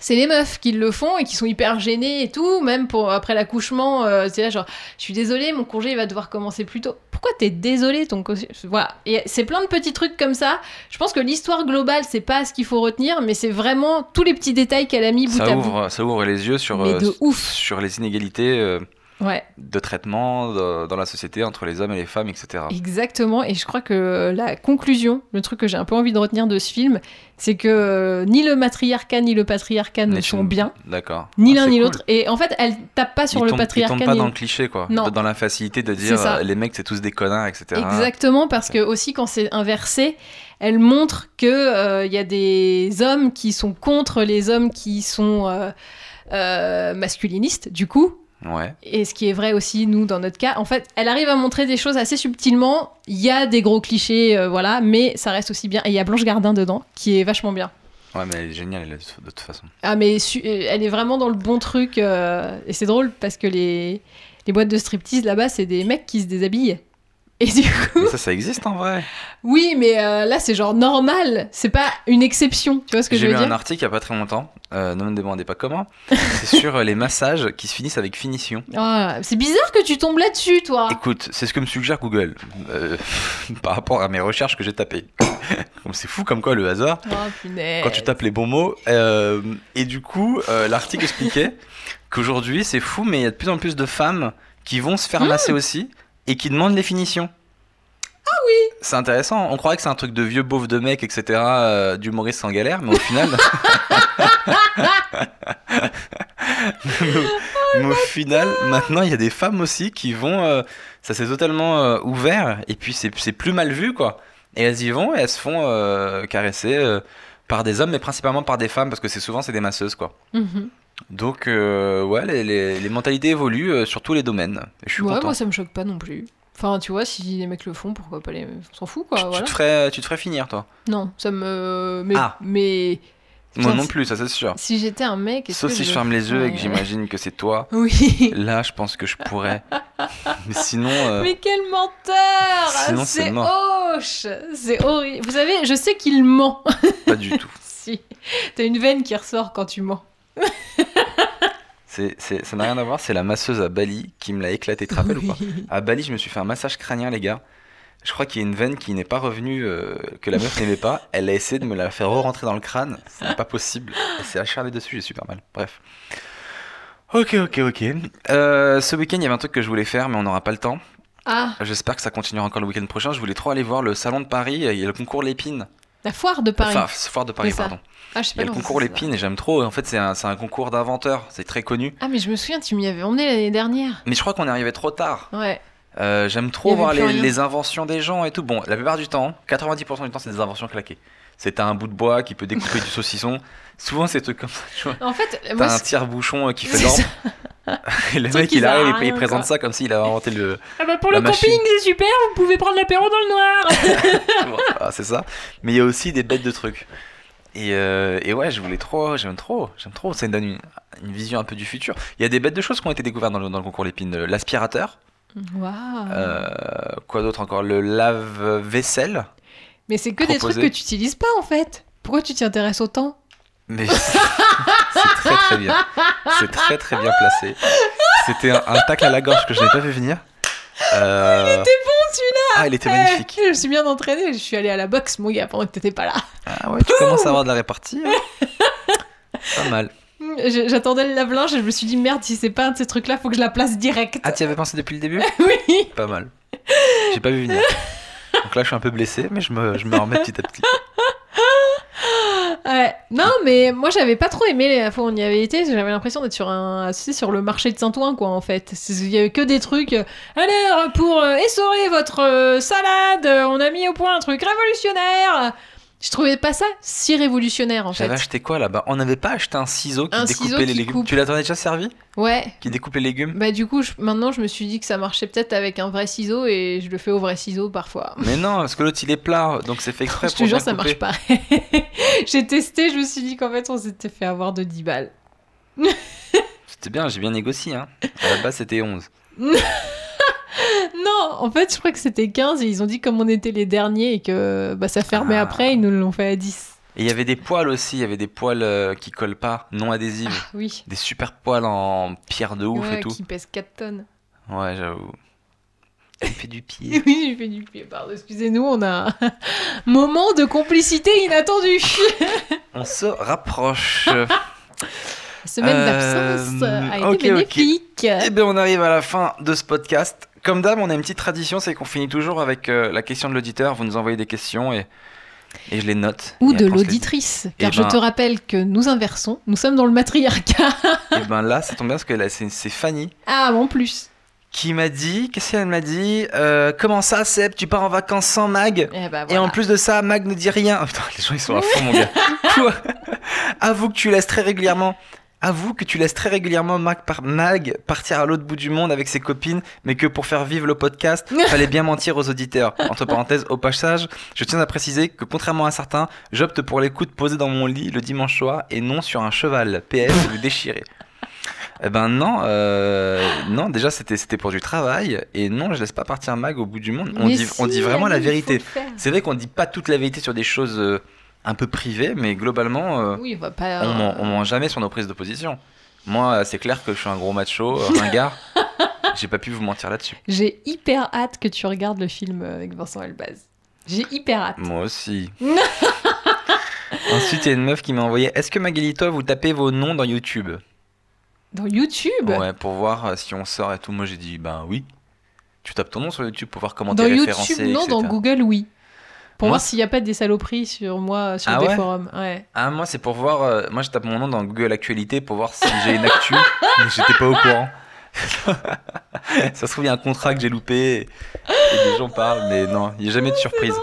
S1: c'est les meufs qui le font et qui sont hyper gênées et tout, même pour après l'accouchement, euh, c'est là genre, je suis désolée, mon congé il va devoir commencer plus tôt. Pourquoi t'es désolée ton congé Voilà, et c'est plein de petits trucs comme ça. Je pense que l'histoire globale, c'est pas ce qu'il faut retenir, mais c'est vraiment tous les petits détails qu'elle a mis bout à
S2: Ça
S1: bout.
S2: ouvre, ça ouvre les yeux sur,
S1: Mais de
S2: euh,
S1: ouf.
S2: sur les inégalités euh,
S1: Ouais,
S2: de traitement de- dans la société entre les hommes et les femmes, etc.
S1: exactement. Et je crois que la conclusion, le truc que j'ai un peu envie de retenir de ce film, c'est que euh, ni le matriarcat ni le patriarcat ne
S2: N'est
S1: sont
S2: une-
S1: bien.
S2: D'accord.
S1: Ni
S2: Ah,
S1: l'un
S2: c'est
S1: ni
S2: cool.
S1: l'autre. Et en fait, elle tape pas sur
S2: Ils
S1: le
S2: tombent-
S1: patriarcat.
S2: Ils tombent pas
S1: ni-
S2: dans le cliché, quoi.
S1: Non.
S2: Dans la facilité de
S1: C'est
S2: dire
S1: ça.
S2: euh, les mecs, c'est tous des connards, etc.
S1: Exactement, parce que aussi quand c'est inversé, elle montre que euh, il y a des hommes qui sont contre les hommes qui sont euh, euh, masculinistes, du coup.
S2: Ouais.
S1: Et ce qui est vrai aussi, nous, dans notre cas, en fait, elle arrive à montrer des choses assez subtilement. Il y a des gros clichés, euh, voilà, mais ça reste aussi bien. Et il y a Blanche Gardin dedans, qui est vachement bien.
S2: Ouais, mais elle est géniale, elle, de de toute façon.
S1: Ah mais su- euh, elle est vraiment dans le bon truc euh, et c'est drôle parce que les, les boîtes de striptease là-bas c'est des mecs qui se déshabillent. Et du coup,
S2: Mais ça, ça existe en vrai.
S1: oui mais euh, là c'est genre normal, c'est pas une exception, tu vois ce que je
S2: J'ai
S1: veux
S2: lu un
S1: dire
S2: article il n'y a pas très longtemps, euh, ne me demandez pas comment, c'est sur euh, les massages qui se finissent avec finition.
S1: Ah, C'est bizarre que tu tombes là-dessus toi.
S2: Écoute, c'est ce que me suggère Google, euh, par rapport à mes recherches que j'ai tapées. Comme c'est fou comme quoi le hasard,
S1: Oh punaise.
S2: quand tu tapes les bons mots. euh, et du coup, euh, l'article expliquait qu'aujourd'hui, c'est fou, mais il y a de plus en plus de femmes qui vont se faire masser aussi et qui demandent les finitions. Ah oui C'est intéressant, on croirait que c'est un truc de vieux beauf de mec, etc., euh, d'humoriste en galère, mais au final... mais, au- Mais au final, maintenant, il y a des femmes aussi qui vont. euh, ça s'est totalement euh, ouvert, et puis c'est c'est plus mal vu, quoi. Et elles y vont, et elles se font euh, caresser euh, par des hommes, mais principalement par des femmes, parce que c'est souvent c'est des masseuses, quoi.
S1: Mhm.
S2: Donc, euh, ouais, les, les- les mentalités évoluent euh, sur tous les domaines. Et je suis
S1: Ouais,
S2: content.
S1: moi ça me choque pas non plus. Enfin, tu vois, si les mecs le font, pourquoi pas les. On s'en fout,
S2: Tu-
S1: quoi.
S2: tu,
S1: voilà.
S2: te ferais, tu te ferais finir, toi.
S1: Non, ça me. Mais.
S2: Ah.
S1: mais...
S2: Moi
S1: Putain,
S2: non
S1: si-
S2: plus, ça c'est sûr.
S1: Si j'étais un mec. est-ce
S2: Sauf
S1: que
S2: si je ferme les yeux et que
S1: Ouais.
S2: j'imagine que c'est toi.
S1: Oui.
S2: Là, je pense que je pourrais. Mais sinon, euh,
S1: Mais quel menteur
S2: Sinon, c'est
S1: C'est
S2: mort.
S1: hoche C'est horrible. Vous savez, je sais qu'il ment.
S2: pas du tout.
S1: si. T'as une veine qui ressort quand tu mens.
S2: C'est, c'est- ça n'a rien à voir, c'est la masseuse à Bali qui me l'a éclaté, tu te rappelles ou pas
S1: Oui.
S2: À Bali, je me suis fait un massage crânien, les gars. Je crois qu'il y a une veine qui n'est pas revenue, euh, que la meuf n'aimait pas. Elle a essayé de me la faire re-rentrer dans le crâne. C'est pas possible. Elle s'est acharnée dessus, j'ai super mal. Bref. Ok, ok, ok. Euh, ce week-end, il y avait un truc que je voulais faire, mais on n'aura pas le temps.
S1: Ah,
S2: J'espère que ça continuera encore le week-end prochain. Je voulais trop aller voir le salon de Paris et le concours Lépine.
S1: la foire de Paris.
S2: Enfin, ce foire de Paris,
S1: C'est ça.
S2: pardon.
S1: ah, je sais
S2: Il y a le
S1: comment ça
S2: concours
S1: s'appelle.
S2: Lépine et j'aime trop. En fait, c'est un, c'est un concours d'inventeurs. C'est très connu.
S1: Ah, mais je me souviens, tu m'y avais emmené l'année dernière.
S2: Mais je crois qu'on est arrivé trop tard.
S1: Ouais.
S2: Euh, j'aime
S1: Il y
S2: trop
S1: avait
S2: voir
S1: plus
S2: les,
S1: rien.
S2: les inventions des gens et tout. Bon, la plupart du temps, 90% du temps, c'est des inventions claquées. C'est un bout de bois qui peut découper du saucisson. Souvent, c'est des trucs comme ça. tu vois.
S1: En fait, moi,
S2: T'as un
S1: ce-
S2: tire-bouchon euh, qui fait
S1: C'est
S2: lampe. Et le
S1: Truc
S2: mec,
S1: qui
S2: il
S1: sert à
S2: arrive et il
S1: rien,
S2: présente
S1: quoi.
S2: ça comme s'il avait inventé le.
S1: Ah bah pour
S2: la
S1: le camping,
S2: machine.
S1: c'est super, vous pouvez prendre l'apéro dans le noir.
S2: Ah, c'est ça. Mais il y a aussi des bêtes de trucs. Et, euh, et ouais, je voulais trop, j'aime trop, j'aime trop. Ça me donne une, une vision un peu du futur. Il y a des bêtes de choses qui ont été découvertes dans le, dans le concours Lépine. Euh, L'aspirateur,
S1: Waouh.
S2: euh, quoi d'autre encore Le lave-vaisselle.
S1: mais c'est que des trucs
S2: proposé.
S1: que tu utilises pas en fait. Pourquoi tu t'y intéresses autant
S2: Mais c'est très très bien. C'est très très bien placé. C'était un, un tacle à la gorge que je n'ai pas vu venir. il était bon
S1: celui-là
S2: Ah, il était magnifique.
S1: Eh, Je suis bien entraînée, je suis allée à la boxe, mon gars, pendant que t'étais pas là.
S2: Ah ouais, tu commences à avoir de la répartie. hein. pas mal.
S1: Mm, je- J'attendais le lave-linge et je me suis dit merde, si c'est pas un de ces trucs là, faut que je la place direct.
S2: Ah, tu y avais pensé depuis le début
S1: oui
S2: Pas mal. J'ai pas vu venir. Donc là, je suis un peu blessé, mais je me, je me remets petit à petit.
S1: Ouais. Non, mais moi j'avais pas trop aimé la fois où on y avait été, parce que j'avais l'impression d'être sur un tu sais, sur le marché de Saint-Ouen quoi en fait. C'est- Il y avait que des trucs. euh, Alors pour euh, essorer votre euh, salade, euh, on a mis au point un truc révolutionnaire. Je trouvais pas ça si révolutionnaire en fait.
S2: J'avais acheté quoi là-bas On n'avait pas acheté un ciseau qui
S1: Un
S2: découpait
S1: ciseau
S2: les
S1: qui
S2: légumes.
S1: coupe.
S2: Tu l'attendais déjà servi
S1: Ouais.
S2: Qui découpe les légumes
S1: Bah du coup, je- maintenant je me suis dit que ça marchait peut-être avec un vrai ciseau et je le fais au vrai ciseau parfois.
S2: Mais non, parce que l'autre il est plat, donc c'est fait exprès
S1: Je te
S2: pour
S1: jure,
S2: bien
S1: ça
S2: couper.
S1: marche pas. J'ai testé, je me suis dit qu'en fait, on s'était fait avoir de 10 balles.
S2: C'était bien, j'ai bien négocié. Hein. À la base, c'était 11.
S1: Non, en fait, je crois que c'était 15 et ils ont dit comme on était les derniers et que bah, ça fermait
S2: Ah.
S1: après, ils nous l'ont fait à 10.
S2: Et il y avait des poils aussi, il y avait des poils euh, qui collent pas, non
S1: Ah
S2: adhésives.
S1: oui.
S2: Des super poils en pierre de ouf
S1: Ouais,
S2: et tout.
S1: qui pèse 4 tonnes.
S2: Ouais, j'avoue. Ça me fait du
S1: Et
S2: pied.
S1: oui, j'ai fait du pied, pardon. Excusez-nous, on a un moment de complicité inattendue.
S2: On se rapproche.
S1: La semaine
S2: Euh,
S1: d'absence a été
S2: ok, ok.
S1: bénéfique.
S2: Eh bien, on arrive à la fin de ce podcast. Comme d'hab, on a une petite tradition, c'est qu'on finit toujours avec euh, la question de l'auditeur. Vous nous envoyez des questions et, et je les note.
S1: Ou
S2: Et
S1: de
S2: après, on se les
S1: l'auditrice, car
S2: Eh
S1: je
S2: ben-
S1: te rappelle que nous inversons, nous sommes dans le matriarcat.
S2: dit. Et ben là, ça tombe bien parce que là, c'est c'est Fanny
S1: Ah, en plus.
S2: qui m'a dit, qu'est-ce qu'elle m'a dit Euh, Comment ça, Seb, tu pars en vacances sans Mag
S1: Eh bah,
S2: Et en
S1: voilà.
S2: plus de ça, Mag ne dit rien. Oh, putain, les gens ils sont à fond, mon gars. Quoi Avoue que tu laisses très régulièrement. Avoue que tu laisses très régulièrement Mag, par- Mag partir à l'autre bout du monde avec ses copines, mais que pour faire vivre le podcast, fallait bien mentir aux auditeurs. Entre parenthèses, au passage, je tiens à préciser que contrairement à certains, j'opte pour l'écoute posée dans mon lit le dimanche soir et non sur un cheval. PF, vous déchirez. Eh ben non, euh, non. Déjà c'était c'était pour du travail et non, je laisse pas partir Mag au bout du monde. On
S1: Mais
S2: dit on
S1: si,
S2: dit vraiment la
S1: Annie, il faut
S2: vérité.
S1: le faire.
S2: C'est vrai qu'on dit pas toute la vérité sur des choses euh, un peu privées, mais globalement, euh,
S1: Oui, on va pas.
S2: on, ment, on ment jamais sur nos prises de position. Moi, euh, c'est clair que je suis un gros macho, euh, ringard. J'ai pas pu vous mentir là-dessus.
S1: J'ai hyper hâte que tu regardes le film euh, avec Vincent Elbaz. J'ai hyper hâte.
S2: Moi aussi. Ensuite, il y a une meuf qui m'a envoyé Est-ce que Magali, toi, vous tapez vos noms dans YouTube
S1: Dans YouTube
S2: Ouais, pour voir euh, si on sort et tout. Moi, j'ai dit Ben oui. Tu tapes ton nom sur YouTube pour voir comment
S1: Dans
S2: t'es
S1: YouTube,
S2: référencé.
S1: non,
S2: etc.
S1: dans Google, oui. Pour
S2: Moi,
S1: voir s'il n'y a pas des saloperies sur moi, sur
S2: Ah
S1: des
S2: ouais
S1: forums. Ouais.
S2: Ah, moi, c'est pour voir. euh, moi, je tape mon nom dans Google Actualité pour voir si j'ai une actu, mais j'étais pas au courant. ça se trouve, il y a un contrat que j'ai loupé et, et les gens parlent, mais non, il n'y a jamais de surprise.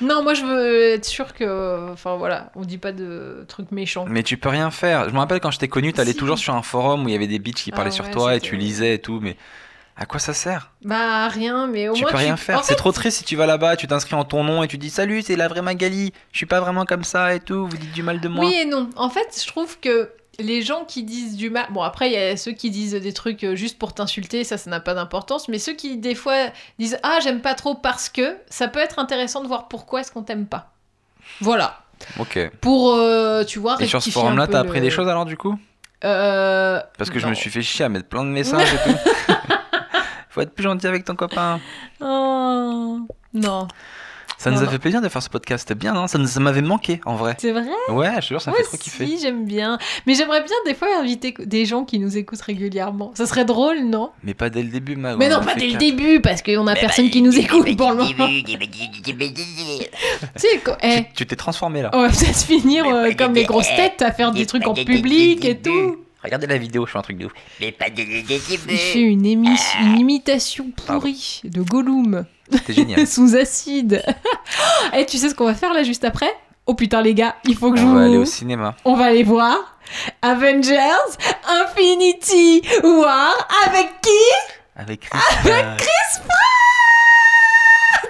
S1: Non, moi je veux être sûr que. Enfin voilà, on dit pas de trucs méchants.
S2: Mais tu peux rien faire. Je me rappelle quand je t'ai connu, t'allais
S1: Si.
S2: toujours sur un forum où il y avait des bitches qui
S1: Ah
S2: parlaient sur
S1: ouais,
S2: toi et
S1: c'était-
S2: tu lisais et tout, mais à quoi ça sert
S1: Bah rien, mais au
S2: Tu
S1: moins.
S2: peux rien
S1: En
S2: faire.
S1: fait,
S2: C'est trop triste si tu vas là-bas, tu t'inscris en ton nom et tu dis salut, c'est la vraie Magali, je suis pas vraiment comme ça et tout, vous dites du mal de moi.
S1: Oui et non. En fait, je trouve que les gens qui disent du mal. Bon, après, il y a ceux qui disent des trucs euh, juste pour t'insulter, ça, ça n'a pas d'importance. Mais ceux qui, des fois, disent Ah, j'aime pas trop parce que, ça peut être intéressant de voir pourquoi est-ce qu'on t'aime pas. Voilà.
S2: Ok.
S1: Pour, euh, tu vois,
S2: Et sur ce
S1: rectifier un
S2: forum-là,
S1: peu
S2: t'as
S1: le-
S2: appris des choses alors du coup
S1: Euh,
S2: Parce que je
S1: non.
S2: me suis fait chier à mettre plein de messages et tout. Faut être plus gentil avec ton copain.
S1: Oh, Non.
S2: Ça nous
S1: Non,
S2: a
S1: non.
S2: fait plaisir de faire ce podcast. C'était bien, hein ça, nous- ça m'avait manqué en vrai.
S1: C'est vrai
S2: Ouais, je te jure, ça me
S1: Moi
S2: fait trop
S1: Ah,
S2: kiffer.
S1: aussi, j'aime bien. Mais j'aimerais bien des fois inviter des gens qui nous écoutent régulièrement. Ça serait drôle, non
S2: Mais pas dès le début, ma
S1: Mais
S2: Ah on
S1: non,
S2: en
S1: pas
S2: fait
S1: dès le
S2: quatre. bah,
S1: début, parce qu'on a personne qui nous écoute pour le moment. Tu sais, quand- eh,
S2: Tu- Tu t'es transformé là.
S1: on va peut-être finir euh, comme les grosses têtes à faire
S2: Eh,
S1: des trucs en public et tout.
S2: Regardez la vidéo, je fais un truc de ouf.
S3: Mais pas de
S1: Il fait une,
S2: Ah.
S1: émis- une imitation pourrie de Gollum
S2: C'était génial.
S1: sous acide. Et tu sais ce qu'on va faire là juste après Oh putain les gars, il faut que je
S2: On va
S1: vous-
S2: aller au cinéma.
S1: On va aller voir Avengers Infinity War avec qui
S2: Avec Chris
S1: Ah,
S2: Pratt.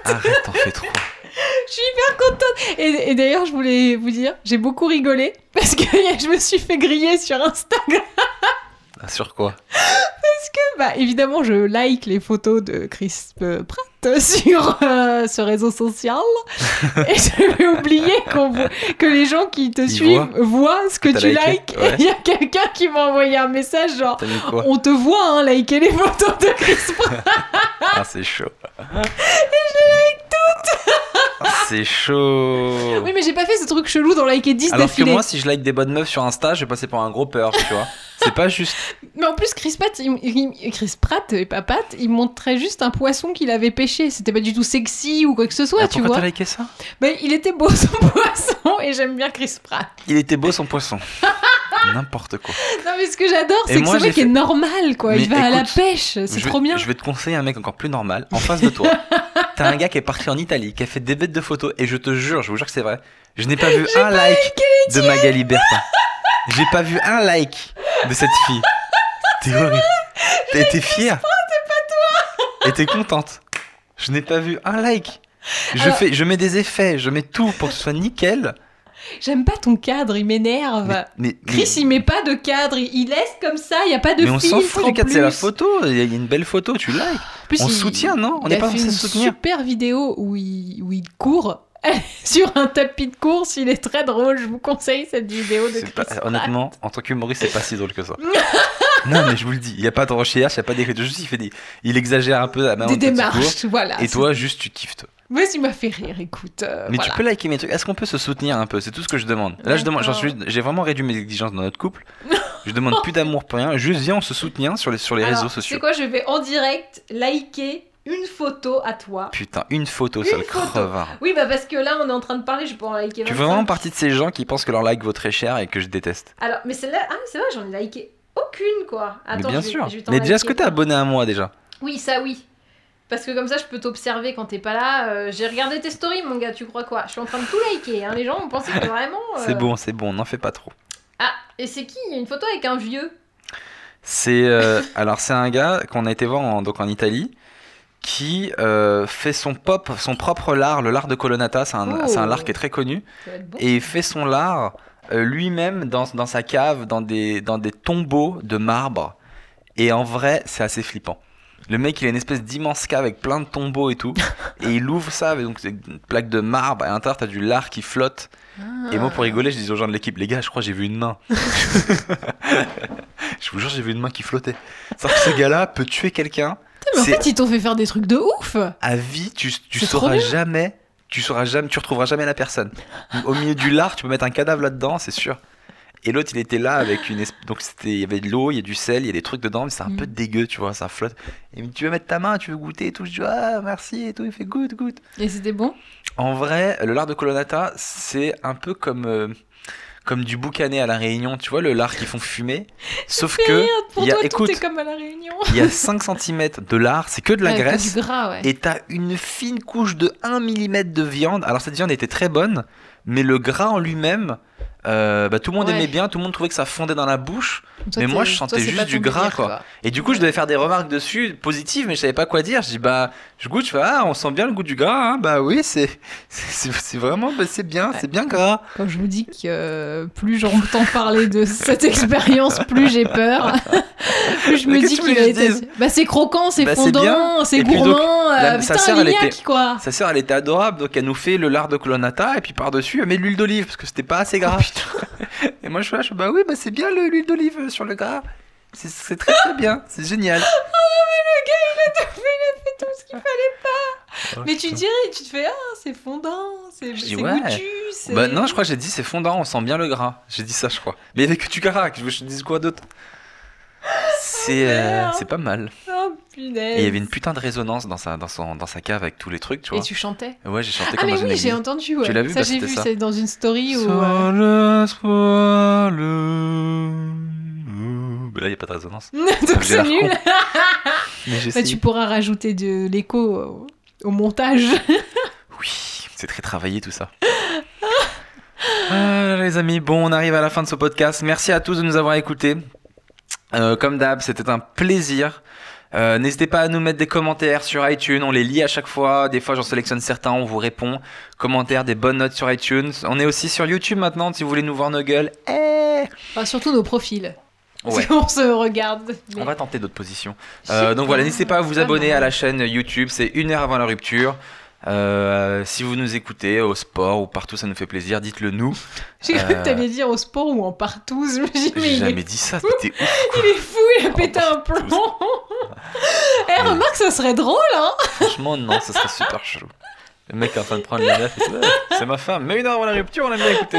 S2: Arrête, t'en fais trop.
S1: Je suis hyper contente. Et, et d'ailleurs, je voulais vous dire, j'ai beaucoup rigolé parce que je me suis fait griller sur Instagram.
S2: Ah, Sur quoi
S1: Bah, évidemment, je like les photos de Chris euh, Pratt sur euh, ce réseau social. et j'avais oublié qu'on voit- que les gens qui te
S2: Ils
S1: suivent voient, ce que
S2: T'as
S1: tu
S2: liké,
S1: likes. Et
S2: ouais.
S1: il y a quelqu'un qui m'a envoyé un message genre.
S2: T'as mis quoi
S1: On te voit hein, liker les photos de Chris Pratt.
S2: Ah, c'est chaud. Et je like toutes C'est chaud.
S1: Oui, mais j'ai pas fait ce truc chelou d'en liker 10
S2: Alors que
S1: d'affilée.
S2: moi, si je like des bonnes meufs sur Insta, je vais passer pour un gros peur, tu vois. C'est pas juste.
S1: Mais en plus, Chris Pratt, il- il- Chris Pratt et pas Pat, il montrait juste un poisson qu'il avait pêché. C'était pas du tout sexy ou quoi que ce soit,
S2: Ah,
S1: tu
S2: pourquoi t'as
S1: vois.
S2: liké ça
S1: Mais il était beau son poisson et j'aime bien Chris Pratt.
S2: Il était beau son poisson. N'importe quoi.
S1: Non, mais ce que j'adore,
S2: Et
S1: c'est que
S2: moi,
S1: ce
S2: j'ai
S1: mec
S2: fait-
S1: est normal, quoi.
S2: Mais
S1: il va à la
S2: écoute,
S1: pêche, c'est
S2: Je vais-
S1: trop bien.
S2: Je vais te conseiller un mec encore plus normal en face de toi. T'as un gars qui est parti en Italie, qui a fait des bêtes de photos, et je te jure, je vous jure que c'est vrai, je n'ai pas vu un like de Magali Bertin. J'ai pas vu un like de cette fille. T'es horrible. T'es t'es fière. Et t'es contente. Je n'ai pas vu un like. Je,
S1: Alors-
S2: fais, je mets des effets, je mets tout pour que ce soit nickel.
S1: J'aime pas ton cadre, il m'énerve.
S2: Mais, mais-
S1: Chris,
S2: mais-
S1: il met pas de cadre, il il laisse comme ça, il y a pas de
S2: mais on s'en
S1: filtre
S2: fout
S1: en
S2: du cadre, c'est la
S1: plus.
S2: photo. Il y a il y a une belle photo, tu likes.
S1: En plus,
S2: On
S1: il-
S2: soutient, non On
S1: il
S2: n'est
S1: a
S2: pas
S1: fait
S2: censé
S1: une
S2: soutenir.
S1: super vidéo où il, où il court sur un tapis de course. Il est très drôle. Je vous conseille cette vidéo de
S2: C'est
S1: Chris
S2: pas-
S1: Pratt.
S2: honnêtement, en tant qu'humoriste, c'est pas si drôle que ça. non, mais je vous le dis, il y a pas de recherche, il y a pas d'écriture, juste il fait des, il exagère un peu la manière
S1: des
S2: dont il
S1: démarches, Ah, voilà.
S2: court, Et toi, juste tu kiffes. toi.
S1: Moi, ça m'a fait rire. Écoute, euh,
S2: Mais
S1: voilà.
S2: tu peux liker mes trucs. Est-ce qu'on peut se soutenir un peu C'est tout ce que je demande. Là, je demande, j'en suis, j'ai vraiment réduit mes exigences dans notre couple. Je demande plus d'amour pour rien. Juste viens, on se soutient sur les sur les
S1: Alors,
S2: réseaux
S1: C'est
S2: sociaux.
S1: quoi Je vais en direct liker une photo à toi.
S2: Putain, une photo,
S1: Une
S2: ça le
S1: photo.
S2: crevard.
S1: Oui, bah parce que là, on est en train de parler. Je peux en liker.
S2: Tu fais
S1: 25.
S2: vraiment partie de ces gens qui pensent que leur like vaut très cher et que je déteste.
S1: Alors, mais celle-là, ah, c'est vrai, j'en ai liké aucune, quoi. Attends,
S2: mais bien
S1: je vais-
S2: sûr.
S1: je vais t'en
S2: mais déjà, est-ce que
S1: liker
S2: t'es
S1: une.
S2: abonné à moi déjà
S1: Oui, ça oui. Parce que comme ça, je peux t'observer quand t'es pas là. Euh, J'ai regardé tes stories, mon gars, tu crois quoi Je suis en train de tout liker. Hein. Les gens ont pensé que vraiment. euh,
S2: C'est bon, c'est bon, n'en fais pas trop.
S1: Ah, et c'est qui Il y a une photo avec un vieux.
S2: C'est euh, alors c'est un gars qu'on a été voir en, donc en Italie qui euh, fait son pop, son propre lard, le lard de Colonnata, c'est un,
S1: Oh.
S2: c'est un lard qui est très connu,
S1: Ça va être beau.
S2: et il fait son lard euh, lui-même dans, dans sa cave, dans des, dans des tombeaux de marbre, et en vrai c'est assez flippant. Le mec il a une espèce d'immense cave avec plein de tombeaux et tout, et il ouvre ça avec donc, c'est une plaque de marbre, et à l'intérieur t'as du lard qui flotte,
S1: Ah.
S2: et moi, pour rigoler, je disais aux gens de l'équipe, les gars, je crois que j'ai vu une main. je vous jure, j'ai vu une main qui flottait. cest que ce gars-là peut tuer quelqu'un
S1: mais en
S2: c'est-
S1: fait, ils t'ont fait faire des trucs de ouf.
S2: à vie, tu, tu
S1: C'est trop
S2: sauras
S1: bien.
S2: jamais, tu sauras jamais, tu retrouveras jamais la personne. Au milieu du lard, tu peux mettre un cadavre là-dedans, c'est sûr. Et l'autre, il était là avec une. esp- Donc, c'était- il y avait de l'eau, il y a du sel, il y a des trucs dedans, mais c'est un
S1: Mm.
S2: peu dégueu, tu vois, ça flotte. Et il me dit, Tu veux mettre ta main, tu veux goûter et tout. Je dis Ah, merci et tout. Il fait goûte, goûte.
S1: Et c'était bon
S2: En vrai, le lard de Colonnata, c'est un peu comme. euh, Comme du boucané à la Réunion, tu vois, le lard qu'ils font fumer. Sauf
S1: Fais
S2: que
S1: rien, pour
S2: il y a-
S1: toi,
S2: écoute,
S1: tout est comme à la réunion.
S2: il y a 5 cm de lard, c'est que de la
S1: Ouais,
S2: graisse.
S1: Du gras, ouais.
S2: Et t'as une fine couche de 1 mm de viande. Alors cette viande était très bonne, mais le gras en lui-même, euh, bah, tout le monde
S1: Ouais.
S2: aimait bien, tout le monde trouvait que ça fondait dans la bouche.
S1: Toi,
S2: mais moi,
S1: t'es-
S2: je
S1: toi,
S2: sentais
S1: c'est
S2: juste
S1: pas
S2: du
S1: ton
S2: gras,
S1: délire,
S2: quoi. Et du coup, je devais faire des remarques dessus, positives, mais je savais pas quoi dire. Je dis, bah, je goûte, je fais, ah, on sent bien le goût du gras, hein. bah oui, c'est c'est c'est vraiment, bah, c'est bien, c'est bien gras.
S1: Quand je vous dis que euh, plus j'entends parler de cette expérience, plus j'ai peur. plus je
S2: Mais
S1: me
S2: qu'est-ce
S1: dis
S2: que tu
S1: qu'il
S2: veux
S1: a
S2: que je
S1: été.
S2: dise
S1: Bah, c'est croquant, c'est
S2: Bah, c'est
S1: fondant,
S2: bien.
S1: c'est
S2: Et puis donc,
S1: gourmand.
S2: la-
S1: euh,
S2: sa
S1: putain,
S2: sœur, elle
S1: Lignac,
S2: était-
S1: quoi.
S2: Sa sœur, elle était adorable, donc elle nous fait le lard de colonnata, et puis par-dessus, elle met de l'huile d'olive, parce que c'était pas assez gras. et moi, je suis là, je fais, bah oui, bah c'est bien le- l'huile d'olive euh, sur le gras. C'est- C'est très très bien, c'est génial.
S1: Tout ce qu'il fallait. Mais tu dirais, tu te fais, ah, c'est fondant, c'est
S2: Je
S1: c'est
S2: dis, ouais.
S1: goûtu. c'est-
S2: Bah non, je crois que j'ai dit c'est fondant, on sent bien le gras. J'ai dit ça, je crois. Mais il y avait que du gras, que je veux que je te dise quoi d'autre C'est euh,
S1: merde.
S2: c'est pas mal.
S1: Oh, punaise.
S2: Et il y avait une putain de résonance dans sa, dans son, dans sa cave avec tous les trucs, tu vois.
S1: Et tu chantais
S2: Ouais, j'ai chanté
S1: Ah,
S2: comme
S1: mais
S2: dans une
S1: oui, j'ai
S2: église.
S1: entendu. Ouais.
S2: l'as vu
S1: Ça,
S2: Bah,
S1: j'ai
S2: c'était
S1: vu,
S2: ça.
S1: c'est dans une story où. euh,
S2: Sans le soir, le- Mais là, il n'y a pas de résonance.
S1: Donc,
S2: J'ai
S1: c'est
S2: l'air
S1: nul.
S2: Mais
S1: Bah,
S2: j'essaie.
S1: tu pourras rajouter de l'écho au- au montage.
S2: Oui, c'est très travaillé tout ça. Ah, les amis, bon, on arrive à la fin de ce podcast. Merci à tous de nous avoir écoutés. Euh, comme d'hab, c'était un plaisir. Euh, N'hésitez pas à nous mettre des commentaires sur iTunes, on les lit à chaque fois. Des fois, j'en sélectionne certains, on vous répond. Commentaires, des bonnes notes sur iTunes. On est aussi sur YouTube maintenant, si vous voulez nous voir nos gueules. Eh
S1: Enfin, surtout nos profils.
S2: Ouais.
S1: Si on se regarde. mais-
S2: On va tenter d'autres positions.
S1: Je sais
S2: Euh, donc voilà,
S1: pas.
S2: n'hésitez pas à vous
S1: Vraiment.
S2: abonner à la chaîne YouTube, c'est une heure avant la rupture. Euh, si vous nous écoutez au sport ou partout, ça nous fait plaisir, dites-le nous.
S1: J'ai cru
S2: Euh,
S1: que t'allais dire au sport ou en partouze. mais j'ai dit, mais
S2: J'ai
S1: il,
S2: jamais
S1: est,
S2: dit ça, c'était ouf.
S1: il est fou, il a pété un
S2: partouze.
S1: plomb. Eh, remarque, ça serait drôle, hein
S2: Franchement, non, ça serait super chelou. Le mec est en train de prendre la meuf. et tout. Ouais, C'est ma femme. Mais une heure avant la rupture, on l'a bien écouté.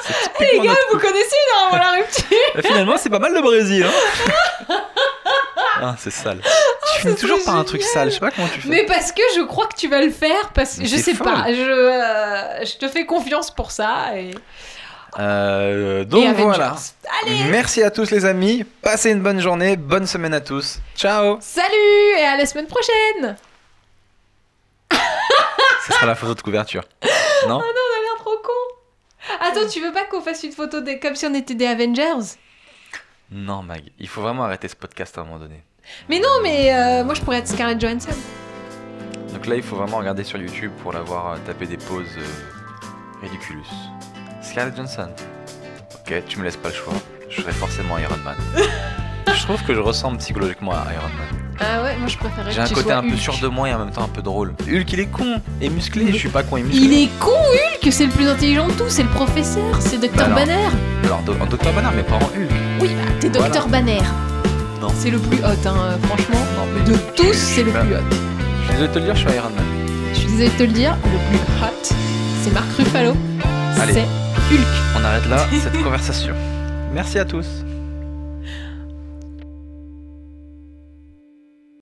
S2: C'est typiquement notre-
S1: Vous connaissez une avant la rupture
S2: Bah, Finalement, c'est pas mal le Brésil. Hein ah, c'est sale. Tu finis
S1: ça
S2: toujours par un
S1: serait
S2: truc
S1: génial.
S2: sale. Je sais pas comment tu fais.
S1: Mais parce que je crois que tu vas le faire, parce que
S2: Mais
S1: je
S2: t'es
S1: sais
S2: folle.
S1: pas, je, euh, je te fais confiance pour ça. Et,
S2: Euh, donc
S1: et Avengers.
S2: voilà.
S1: Allez,
S2: Merci à tous les amis. Passez une bonne journée. Bonne semaine à tous. Ciao.
S1: salut et à la semaine prochaine
S2: Ce sera la photo de couverture. Non
S1: T'as l'air trop con Attends, tu veux pas qu'on fasse une photo des- comme si on était des Avengers
S2: Non, Mag. Il faut vraiment arrêter ce podcast à un moment donné.
S1: Mais non, mais euh, moi je pourrais être Scarlett Johansson.
S2: Donc là, il faut vraiment regarder sur YouTube pour l'avoir euh, tapé des pauses euh, ridiculous. Scarlett Johnson. Ok, tu me laisses pas le choix. Je serai forcément Iron Man. je trouve que je ressemble psychologiquement à Iron Man.
S1: Ah ouais, moi je préférais
S2: J'ai un
S1: que tu
S2: côté
S1: sois
S2: un peu
S1: Hulk.
S2: sûr de moi et en même temps un peu drôle. Hulk, il est con et musclé. Je suis pas con et musclé.
S1: Il est con, Hulk, c'est le plus intelligent de tous, c'est le professeur, c'est Dr
S2: Bah non.
S1: Banner.
S2: Alors, do- en Docteur Banner, mais pas en Hulk.
S1: Oui, bah, t'es Dr
S2: Voilà.
S1: Banner.
S2: Non. Bah.
S1: C'est le plus hot, hein, euh, franchement.
S2: Non, mais
S1: De
S2: je- je
S1: tous, c'est
S2: suis
S1: le
S2: pas-
S1: plus hot.
S2: Je suis désolé de te le dire, je suis Iron Man.
S1: Je suis désolée de te le dire, le plus hot, c'est Marc Ruffalo.
S2: Allez.
S1: C'est Hulk.
S2: On arrête là cette conversation. Merci à tous.